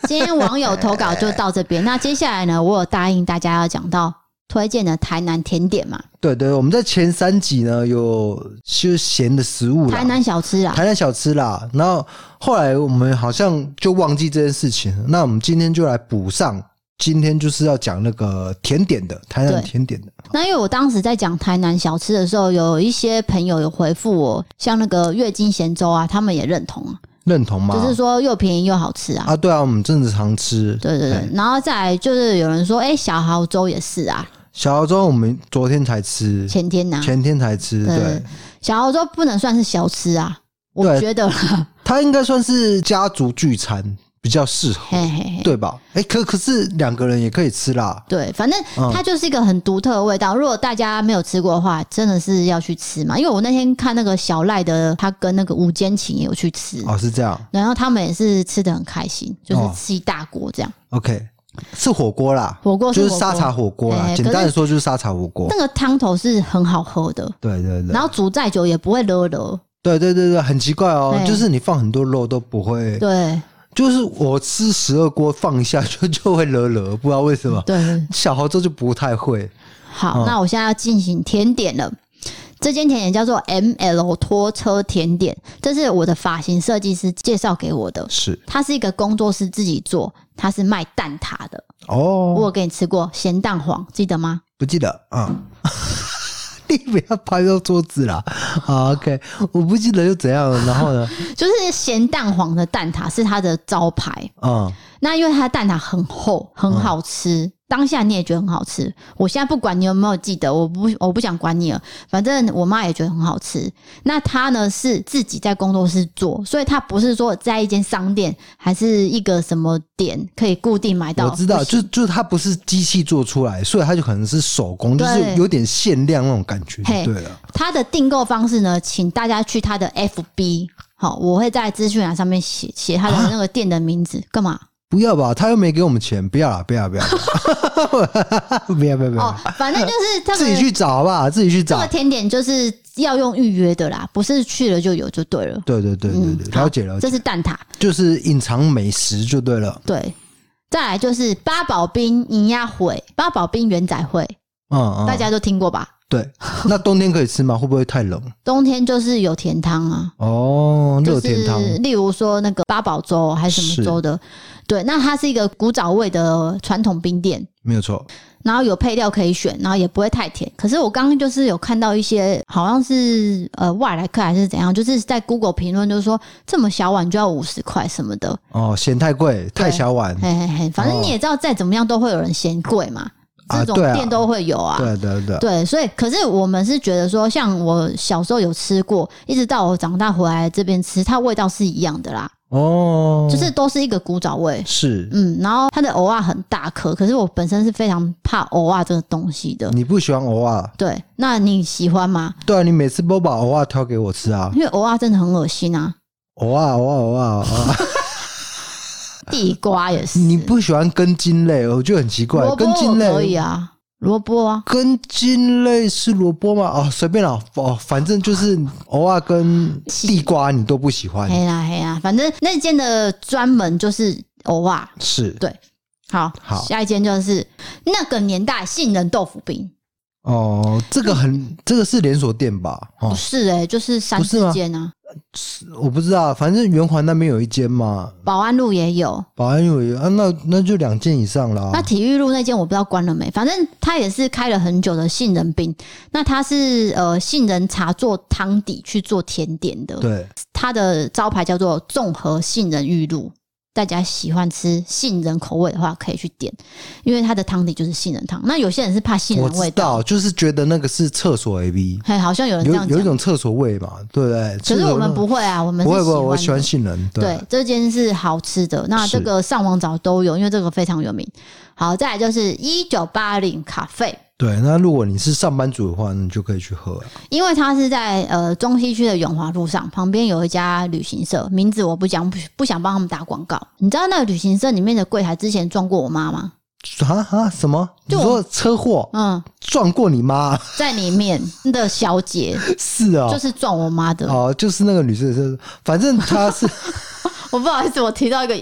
S2: 今天网友投稿就到这边，那接下来呢，我有答应大家要讲到推荐的台南甜点嘛，
S1: 对对，我们在前三集呢有就是咸的食物啦，
S2: 台南小吃啦，啊
S1: 台南小吃啦。然后后来我们好像就忘记这件事情了，那我们今天就来补上。今天就是要讲那个甜点的，台南
S2: 对
S1: 甜点的，
S2: 那因为我当时在讲台南小吃的时候，有一些朋友有回复我，像那个月经咸粥啊，他们也认同啊，
S1: 认同吗？
S2: 就是说又便宜又好吃啊。
S1: 啊，对啊，我们正常吃。
S2: 对对对
S1: 哎，，
S2: 然后再来就是有人说，哎、小蚝粥也是啊，
S1: 小熬粥我们昨天才吃，
S2: 前天啊呐、
S1: 前天才吃，
S2: 对
S1: 对，
S2: 小蚝粥不能算是小吃啊，我
S1: 对
S2: 觉得啦，
S1: 它应该算是家族聚餐比较适合，
S2: 嘿嘿嘿，
S1: 对吧？哎、可可是两个人也可以吃啦。
S2: 对，反正
S1: 嗯
S2: 它就是一个很独特的味道。如果大家没有吃过的话，真的是要去吃嘛，因为我那天看那个小赖的，他跟那个吴坚琴也有去吃，
S1: 哦，是这样
S2: 然后他们也是吃的很开心，就是
S1: 哦
S2: 吃一大锅这样。
S1: ，OK，是火锅啦，
S2: 火锅是
S1: 就是
S2: 火锅
S1: 沙茶火锅啦，
S2: 哎
S1: 简
S2: 可是
S1: 单的说就是沙茶火锅
S2: 那。个汤头是很好喝的，
S1: 对对对
S2: 然，后煮再久也不会勒勒。
S1: 对对对对，很奇怪哦，
S2: 对
S1: 就是你放很多肉都不会，
S2: 对
S1: 就是我吃十二锅放一下 就就会惹惹，不知道为什么。
S2: 对，
S1: 小豪粥就不太会，
S2: 好，那我现在要进行甜点了。这间甜点叫做 M L 拖车甜点，这是我的发型设计师介绍给我的。
S1: 是
S2: 它是一个工作室自己做，它是卖蛋挞的。我
S1: 哦，
S2: 有给你吃过咸蛋黄，记得吗？
S1: 不记得啊。 嗯你不要拍到桌子啦！好，OK，我不记得又怎样？然后 呢？
S2: 就是咸蛋黄的蛋挞是它的招牌。
S1: 嗯，
S2: 那因为它的蛋挞很厚，很好吃，当下你也觉得很好吃。我现在不管你有没有记得，我不我不想管你了，反正我妈也觉得很好吃。那她呢是自己在工作室做，所以她不是说在一间商店还是一个什么点可以固定买到。
S1: 哦我知道，
S2: 不
S1: 就是就是它不是机器做出来，所以它就可能是手工，就
S2: 对
S1: 是有点限量那种感觉，
S2: 嘿
S1: 就对了。
S2: 它的订购方式呢，请大家去它的 FB。好，我会在资讯栏上面写写它的那个店的名字，干嘛？
S1: 不要吧，他又没给我们钱，不要啦，不要 不要，不要不要不
S2: 哦
S1: 要，，
S2: 反正就是他们
S1: 啊自己去找好不好？自己去
S2: 这个
S1: 找。
S2: 甜点就是要用预约的啦，不是去了就有就对了。
S1: 对对对对
S2: 嗯
S1: 对，
S2: 好
S1: 了解了解，
S2: 这是蛋挞，
S1: 就是隐藏美食就对了。
S2: 对。再来就是八宝冰银鸭烩，八宝冰圆仔烩，
S1: 嗯嗯，
S2: 大家都听过吧？
S1: 对。那冬天可以吃吗？会不会太冷？
S2: 冬天就是有甜汤啊，
S1: 哦，热
S2: 就是
S1: 甜汤，
S2: 例如说那个八宝粥还是什
S1: 是
S2: 么粥的，对，那它是一个古早味的传统冰店，
S1: 没有错。
S2: 然后有配料可以选，然后也不会太甜。可是我刚刚就是有看到一些好像是呃外来客还是怎样，就是在 Google 评论就是说这么小碗就要五十块什么的，
S1: 哦，嫌太贵，太小碗。
S2: 嘿嘿嘿，反正你也知道再怎么样都会有人嫌贵嘛，
S1: 啊
S2: 这种
S1: 对啊
S2: 店都会有啊。
S1: 对对对，
S2: 对，所以可是我们是觉得说，像我小时候有吃过，一直到我长大回来这边吃，它味道是一样的啦，
S1: 哦，
S2: 就是都是一个古早味。
S1: 是
S2: 嗯，然后它的偶啊很大颗，可是我本身是非常怕偶啊这个东西的。
S1: 你不喜欢偶尔，
S2: 对，那你喜欢吗？
S1: 对啊，你每次都把偶尔挑给我吃啊，
S2: 因为偶啊真的很恶心啊，
S1: 偶尔偶尔偶尔偶 尔，
S2: 地瓜也是，
S1: 你不喜欢根茎类，我就很奇怪
S2: 萝，卜
S1: 根茎
S2: 我可以
S1: 类。
S2: 啊，萝卜啊，
S1: 根茎类是萝卜吗？哦，随便啦，哦，反正就是偶尔跟地瓜你都不喜欢，
S2: 黑啦黑啦，反正那间的专门就是偶啊。
S1: 是
S2: 对好，
S1: 好
S2: 下一间就是那个年代杏仁豆腐冰，
S1: 哦，这个很，这个是连锁店吧？
S2: 不
S1: 哦，
S2: 是哎、就是三
S1: 不是吗
S2: 四间啊，
S1: 我不知道，反正圆环那边有一间嘛，
S2: 保安路也有，
S1: 保安有一啊，那那就两件以上啦。
S2: 那体育路那间我不知道关了没，反正它也是开了很久的杏仁冰，那它是呃杏仁茶做汤底去做甜点的，
S1: 对，
S2: 它的招牌叫做综合杏仁玉露。大家喜欢吃杏仁口味的话，可以去点，因为它的汤底就是杏仁汤。那有些人是怕杏
S1: 我
S2: 仁
S1: 知
S2: 味道
S1: 道，，就是觉得那个是厕所 A B，
S2: 嘿，好像有人这
S1: 有
S2: 样
S1: 有一
S2: 讲。
S1: 种厕所味嘛，对不对？
S2: 可
S1: 厕
S2: 是
S1: 所
S2: 我们不会啊，我们
S1: 不
S2: 是
S1: 会不会，我喜
S2: 喜
S1: 欢
S2: 欢的。
S1: 杏仁，
S2: 对，这间是好吃的。那这
S1: 是
S2: 个上网找都有，因为这个非常有名。好，再来就是一九八零咖啡，
S1: 对。那如果你是上班族的话，你就可以去喝啊。
S2: 因为它是在呃中西区的永华路上，旁边有一家旅行社，名字我不讲，不不想帮他们打广告。你知道那个旅行社里面的柜台之前撞过我妈吗？
S1: 啊啊什么？你
S2: 就
S1: 说车祸
S2: 嗯，
S1: 撞过你妈？
S2: 在里面的小姐
S1: 是啊
S2: 就，是撞我妈的。
S1: 哦，就是那个女生是，反正她是
S2: 我不好意思，我提到一个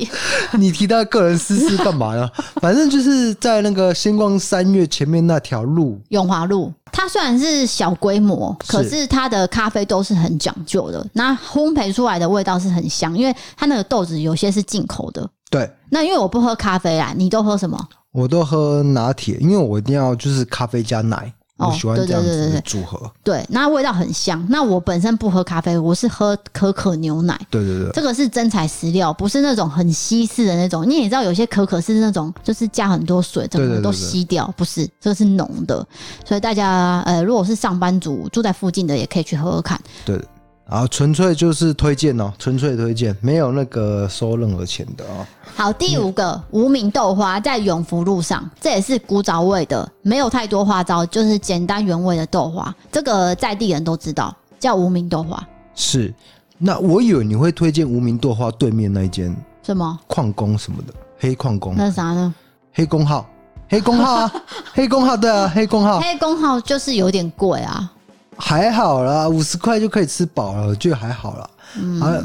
S1: 你提到个人私事干嘛呢？反正就是在那个星光三月前面那条路，
S2: 永华路，它虽然是小规模，
S1: 是
S2: 可是它的咖啡都是很讲究的。那烘焙出来的味道是很香，因为它那个豆子有些是进口的。
S1: 对
S2: 那因为我不喝咖啡啦，你都喝什么？
S1: 我都喝拿铁，因为我一定要就是咖啡加奶，
S2: 哦
S1: 我喜欢
S2: 对
S1: 这样
S2: 对对
S1: 子
S2: 对
S1: 的
S2: 对
S1: 组合。
S2: 对，那味道很香。那我本身不喝咖啡，我是喝可可牛奶。
S1: 对对对
S2: 这个是真材实料，不是那种很稀释的那种。你也知道，有些可可是那种就是加很多水，整
S1: 对对
S2: 个
S1: 对
S2: 都
S1: 对
S2: 稀掉，不是，这个是浓的。所以大家呃，如果是上班族住在附近的，也可以去喝喝看。
S1: 对对，然后纯粹就是推荐哦，纯粹推荐，没有那个收任何钱的哦。
S2: 好，第五个、无名豆花在永福路上，这也是古早味的，没有太多花招，就是简单原味的豆花。这个在地人都知道，叫无名豆花。
S1: 是，那我以为你会推荐无名豆花对面那一间
S2: 什么？
S1: 矿工什么的，黑矿工、
S2: 那是啥呢？
S1: 黑工号、黑工号啊， 黑工号对啊，黑工号
S2: 黑工号就是有点贵啊，
S1: 还好啦，五十块就可以吃饱了，我觉得还好啦。
S2: 嗯
S1: 啊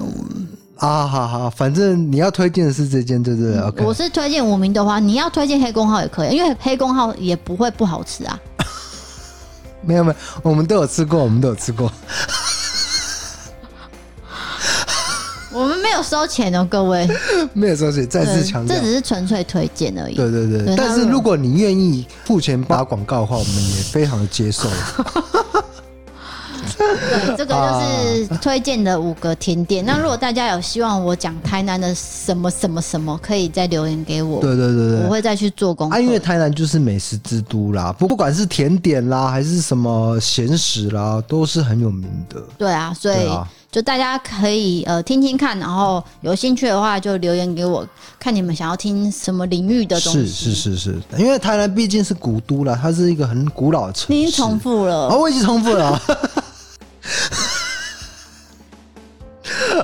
S1: 啊，好好，反正你要推荐的是这间，对对对，OK，
S2: 嗯我是推荐无名豆花，你要推荐黑工号也可以，因为黑工号也不会不好吃啊。
S1: 没有没有，我们都有吃过，我们都有吃过。
S2: 我们没有收钱哦，各位，
S1: 没有收钱，再次强调
S2: 这，只是纯粹推荐而已。
S1: 对对对。
S2: 对
S1: 但
S2: 那
S1: 是
S2: 如
S1: 如果你 愿意付钱打广告的话，我们也非常的接受。
S2: 对，这个
S1: 啊
S2: 就是推荐的五个甜点。那如果大家有希望我讲台南的什么什么什么，可以再留言给我，
S1: 对对对
S2: 我
S1: 对。
S2: 会再去做功课。
S1: 啊，因为台南就是美食之都啦，不不管是甜点啦，还是什么咸食啦，都是很有名的。
S2: 对啊，所以
S1: 对啊
S2: 就大家可以呃听听看，然后有兴趣的话就留言给我，看你们想要听什么领域的东西。
S1: 是是是是，因为台南毕竟是古都啦，它是一个很古老的城市。
S2: 你已经重复了，
S1: 啊，我已经重复了 啊。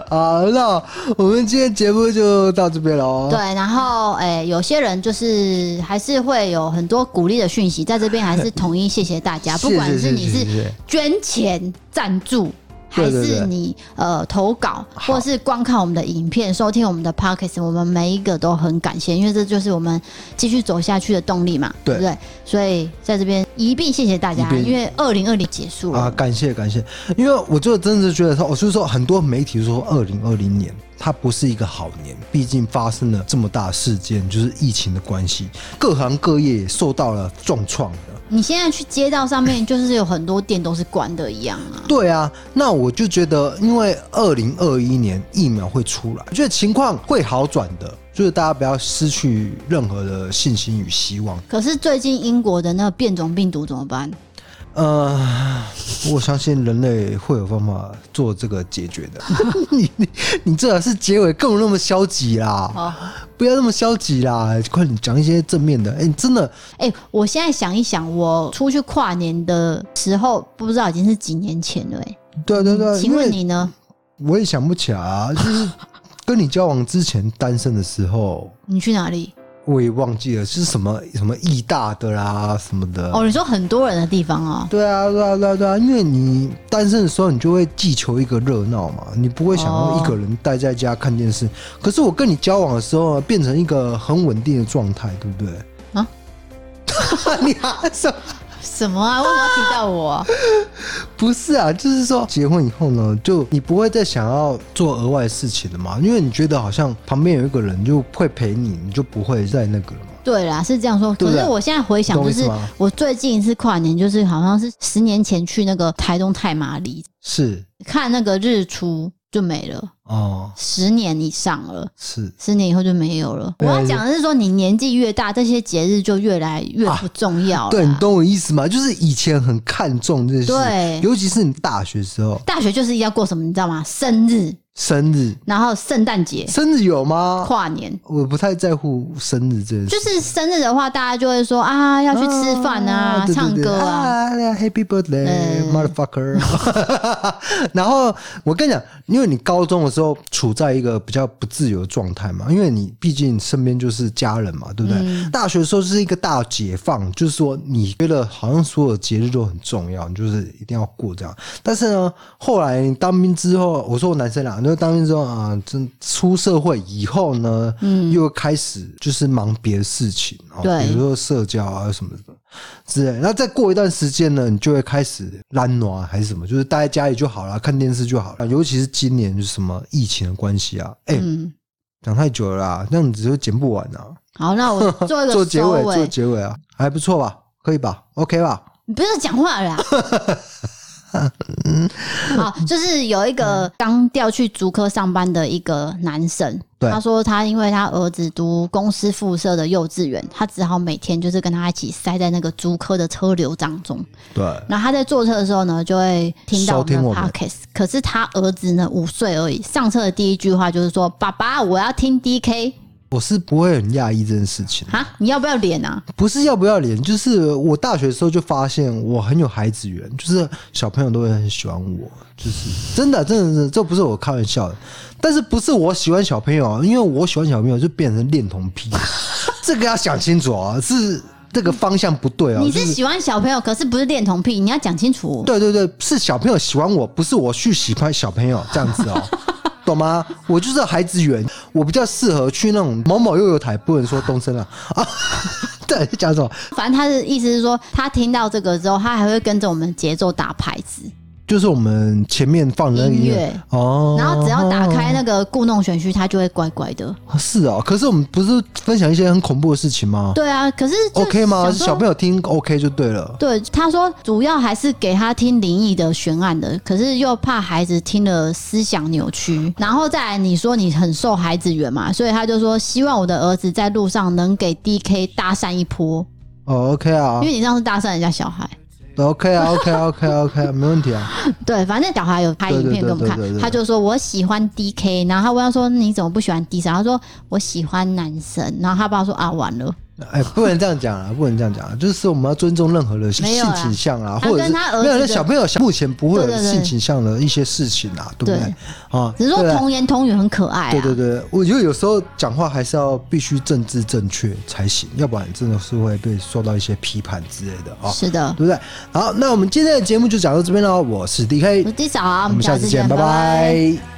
S1: 啊，那我们今天节目就到这边了哦。
S2: 对，然后诶、有些人就是还是会有很多鼓励的讯息，在这边还是统一谢谢大家，
S1: 谢
S2: 啊不管是
S1: 谢
S2: 你
S1: 谢
S2: 是
S1: 谢谢
S2: 捐钱赞助。还
S1: 对对
S2: 是
S1: 对
S2: 你呃投稿，
S1: 好
S2: 或是观看我们的影片、收听我们的 podcast，我们每一个都很感谢，因为这就是我们继续走下去的动力嘛，
S1: 对
S2: 不对？所以在这边一并谢谢大家
S1: 一，并
S2: 因为二零二零结束了，
S1: 啊，感谢感谢，因为我就真的觉得说，我哦就是说很多媒体说二零二零年它不是一个好年，毕竟发生了这么大的事件，就是疫情的关系，各行各业也受到了重创的。
S2: 你现在去街道上面，就是有很多店都是关的一样啊。
S1: 对啊，那我就觉得，因为二零二一年疫苗会出来，我觉得情况会好转的，就是大家不要失去任何的信心与希望。
S2: 可是最近英国的那个变种病毒怎么办？
S1: 呃，我相信人类会有办法做这个解决的。 你你你最好是结尾更那么消极啦，
S2: 哦，
S1: 不要那么消极啦，快点讲一些正面的。哎、你真的
S2: 哎、我现在想一想，我出去跨年的时候，不知道已经是几年前了、欸。
S1: 对啊对啊对啊，
S2: 哎，请问
S1: 因为
S2: 你呢？
S1: 我也想不起来、啊，就是跟你交往之前单身的时候，
S2: 你去哪里？
S1: 我也忘记了是什么什么义大的啦什么的。
S2: 哦，你说很多人的地方哦。
S1: 对啊，对啊，对啊，对啊，因为你单身的时候，你就会祈求一个热闹嘛，你不会想要一个人待在家看电视。可是我跟你交往的时候呢，变成一个很稳定的状态，对不对？
S2: 啊，
S1: 你还什么？
S2: 什么啊？为什么要提到我、
S1: 不是啊，就是说结婚以后呢，就你不会再想要做额外的事情了嘛，因为你觉得好像旁边有一个人就会陪你，你就不会再那个了嘛。
S2: 对啦，是这样说。
S1: 对
S2: 可
S1: 不对
S2: 是我现在回想，
S1: 懂我
S2: 就
S1: 意思
S2: 是
S1: 吗
S2: 我最近一次跨年，就是好像是十年前去那个台东太麻里
S1: 是
S2: 看那个日出就没了，
S1: 哦，
S2: 十年以上了。
S1: 是
S2: 十年以后就没有了。我
S1: 对啊
S2: 要讲的是说，你年纪越大，这些节日就越来越不重要了。
S1: 对，你懂我意思吗？就是以前很看重这些，
S2: 对
S1: 尤其是你大学时候，
S2: 大学就是要过什么，你知道吗？生日，
S1: 生日，
S2: 然后圣诞节、
S1: 生日有吗？
S2: 跨年。
S1: 我不太在乎生日这件事，
S2: 就是生日的话，大家就会说啊，要去吃饭啊、
S1: 对对对
S2: 唱歌啊。
S1: 啊对啊，Happy birthday,
S2: 嗯
S1: motherfucker。然后我跟你讲，因为你高中的时候处在一个比较不自由的状态嘛，因为你毕竟身边就是家人嘛，对不对？
S2: 嗯
S1: 大学的时候是一个大解放，就是说你觉得好像所有节日都很重要，你就是一定要过这样。但是呢，后来你当兵之后，我说我男生啦，就是当兵之后啊，真出社会以后呢，嗯，又开始就是忙别的事情，哦
S2: 对
S1: 比如说社交啊什么的。之类的。那再过一段时间呢，你就会开始懒惰啊还是什么，就是待在家里就好了，看电视就好了。尤其是今年就是什么疫情的关系啊，哎、
S2: 嗯，
S1: 讲、太久了啦，那样子就剪不完啊。
S2: 好，那我做一 个
S1: 做结
S2: 收
S1: 尾，做
S2: 尾。
S1: 结尾啊，还不错吧？可以吧？OK 吧？
S2: 你不要讲话 了啦。好，就是有一个刚调去竹科上班的一个男生，
S1: 对
S2: 他说他因为他儿子读公司附设的幼稚园，他只好每天就是跟他一起塞在那个竹科的车流当中。
S1: 对，
S2: 然后他在坐车的时候呢，就会听到我
S1: 收
S2: 们
S1: 听
S2: 的
S1: 我们
S2: podcast。可是他儿子呢，五岁而已，上车的第一句话就是说：“爸爸，我要听 DK
S1: 我是不会很讶异这件事情，
S2: 啊，你要不要脸啊
S1: 不是要不要脸，就是我大学的时候就发现我很有孩子缘，就是小朋友都会很喜欢我，就是真的，真的是这不是我开玩笑的，但是不是我喜欢小朋友啊，因为我喜欢小朋友就变成恋童癖，这个要想清楚啊，是这个方向不对？”啊，
S2: 你
S1: 就是
S2: 喜欢小朋友，可是不是恋童癖，你要讲清楚。
S1: 对对对，是小朋友喜欢我，不是我去喜欢小朋友这样子哦，懂吗？我就是孩子缘，我比较适合去那种某某幼幼台，不能说东升啊 啊，对，讲什么？
S2: 反正他的意思是说，他听到这个之后，他还会跟着我们节奏打拍子。
S1: 就是我们前面放的那个
S2: 音
S1: 音乐
S2: 乐
S1: 哦，
S2: 然后只要打开那个故弄玄虚，它就会乖乖的。
S1: 啊是啊，可是我们不是分享一些很恐怖的事情吗
S2: 对啊，可是就
S1: ？OK 吗？
S2: 想说
S1: 小朋友听 OK 就对了。
S2: 对，他说主要还是给他听灵异的悬案的，可是又怕孩子听了思想扭曲，然后再来你说你很受孩子缘嘛，所以他就说希望我的儿子在路上能给 D K 搭讪一波，
S1: 哦，OK 啊
S2: 因为你这样是搭讪人家小孩。
S1: ，OK 啊，OK 啊，OK 啊 OK，啊没问题啊。
S2: 对，反正小孩有拍影片给我们看
S1: 对对对对对，对
S2: 他就说我喜欢 D K，然后他问他说你怎么不喜欢 D 神？他说我喜欢男神，然后他爸说啊完了，
S1: 哎，不能这样讲啊，不能这样讲啊，就是我们要尊重任何的性
S2: 没有啦
S1: 倾向啊，
S2: 他
S1: 或者
S2: 跟
S1: 是
S2: 他儿
S1: 没有那
S2: 子的
S1: 小朋友小目前不会有
S2: 对对对
S1: 性倾向的一些事情啊，对不对
S2: 对？
S1: 啊，
S2: 只是说
S1: 对啊
S2: 童言童语很可爱啊。
S1: 对对对，我觉得有时候讲话还是要必须政治正确才行，要不然真的是会被受到一些批判之类的啊、
S2: 是的
S1: 对，不对？好，那我们今天的节目就讲到这边喽，我是 DK，
S2: 我 D 嫂啊，我
S1: 我们下
S2: 下
S1: 次
S2: 次
S1: 见，
S2: 见，拜
S1: 拜拜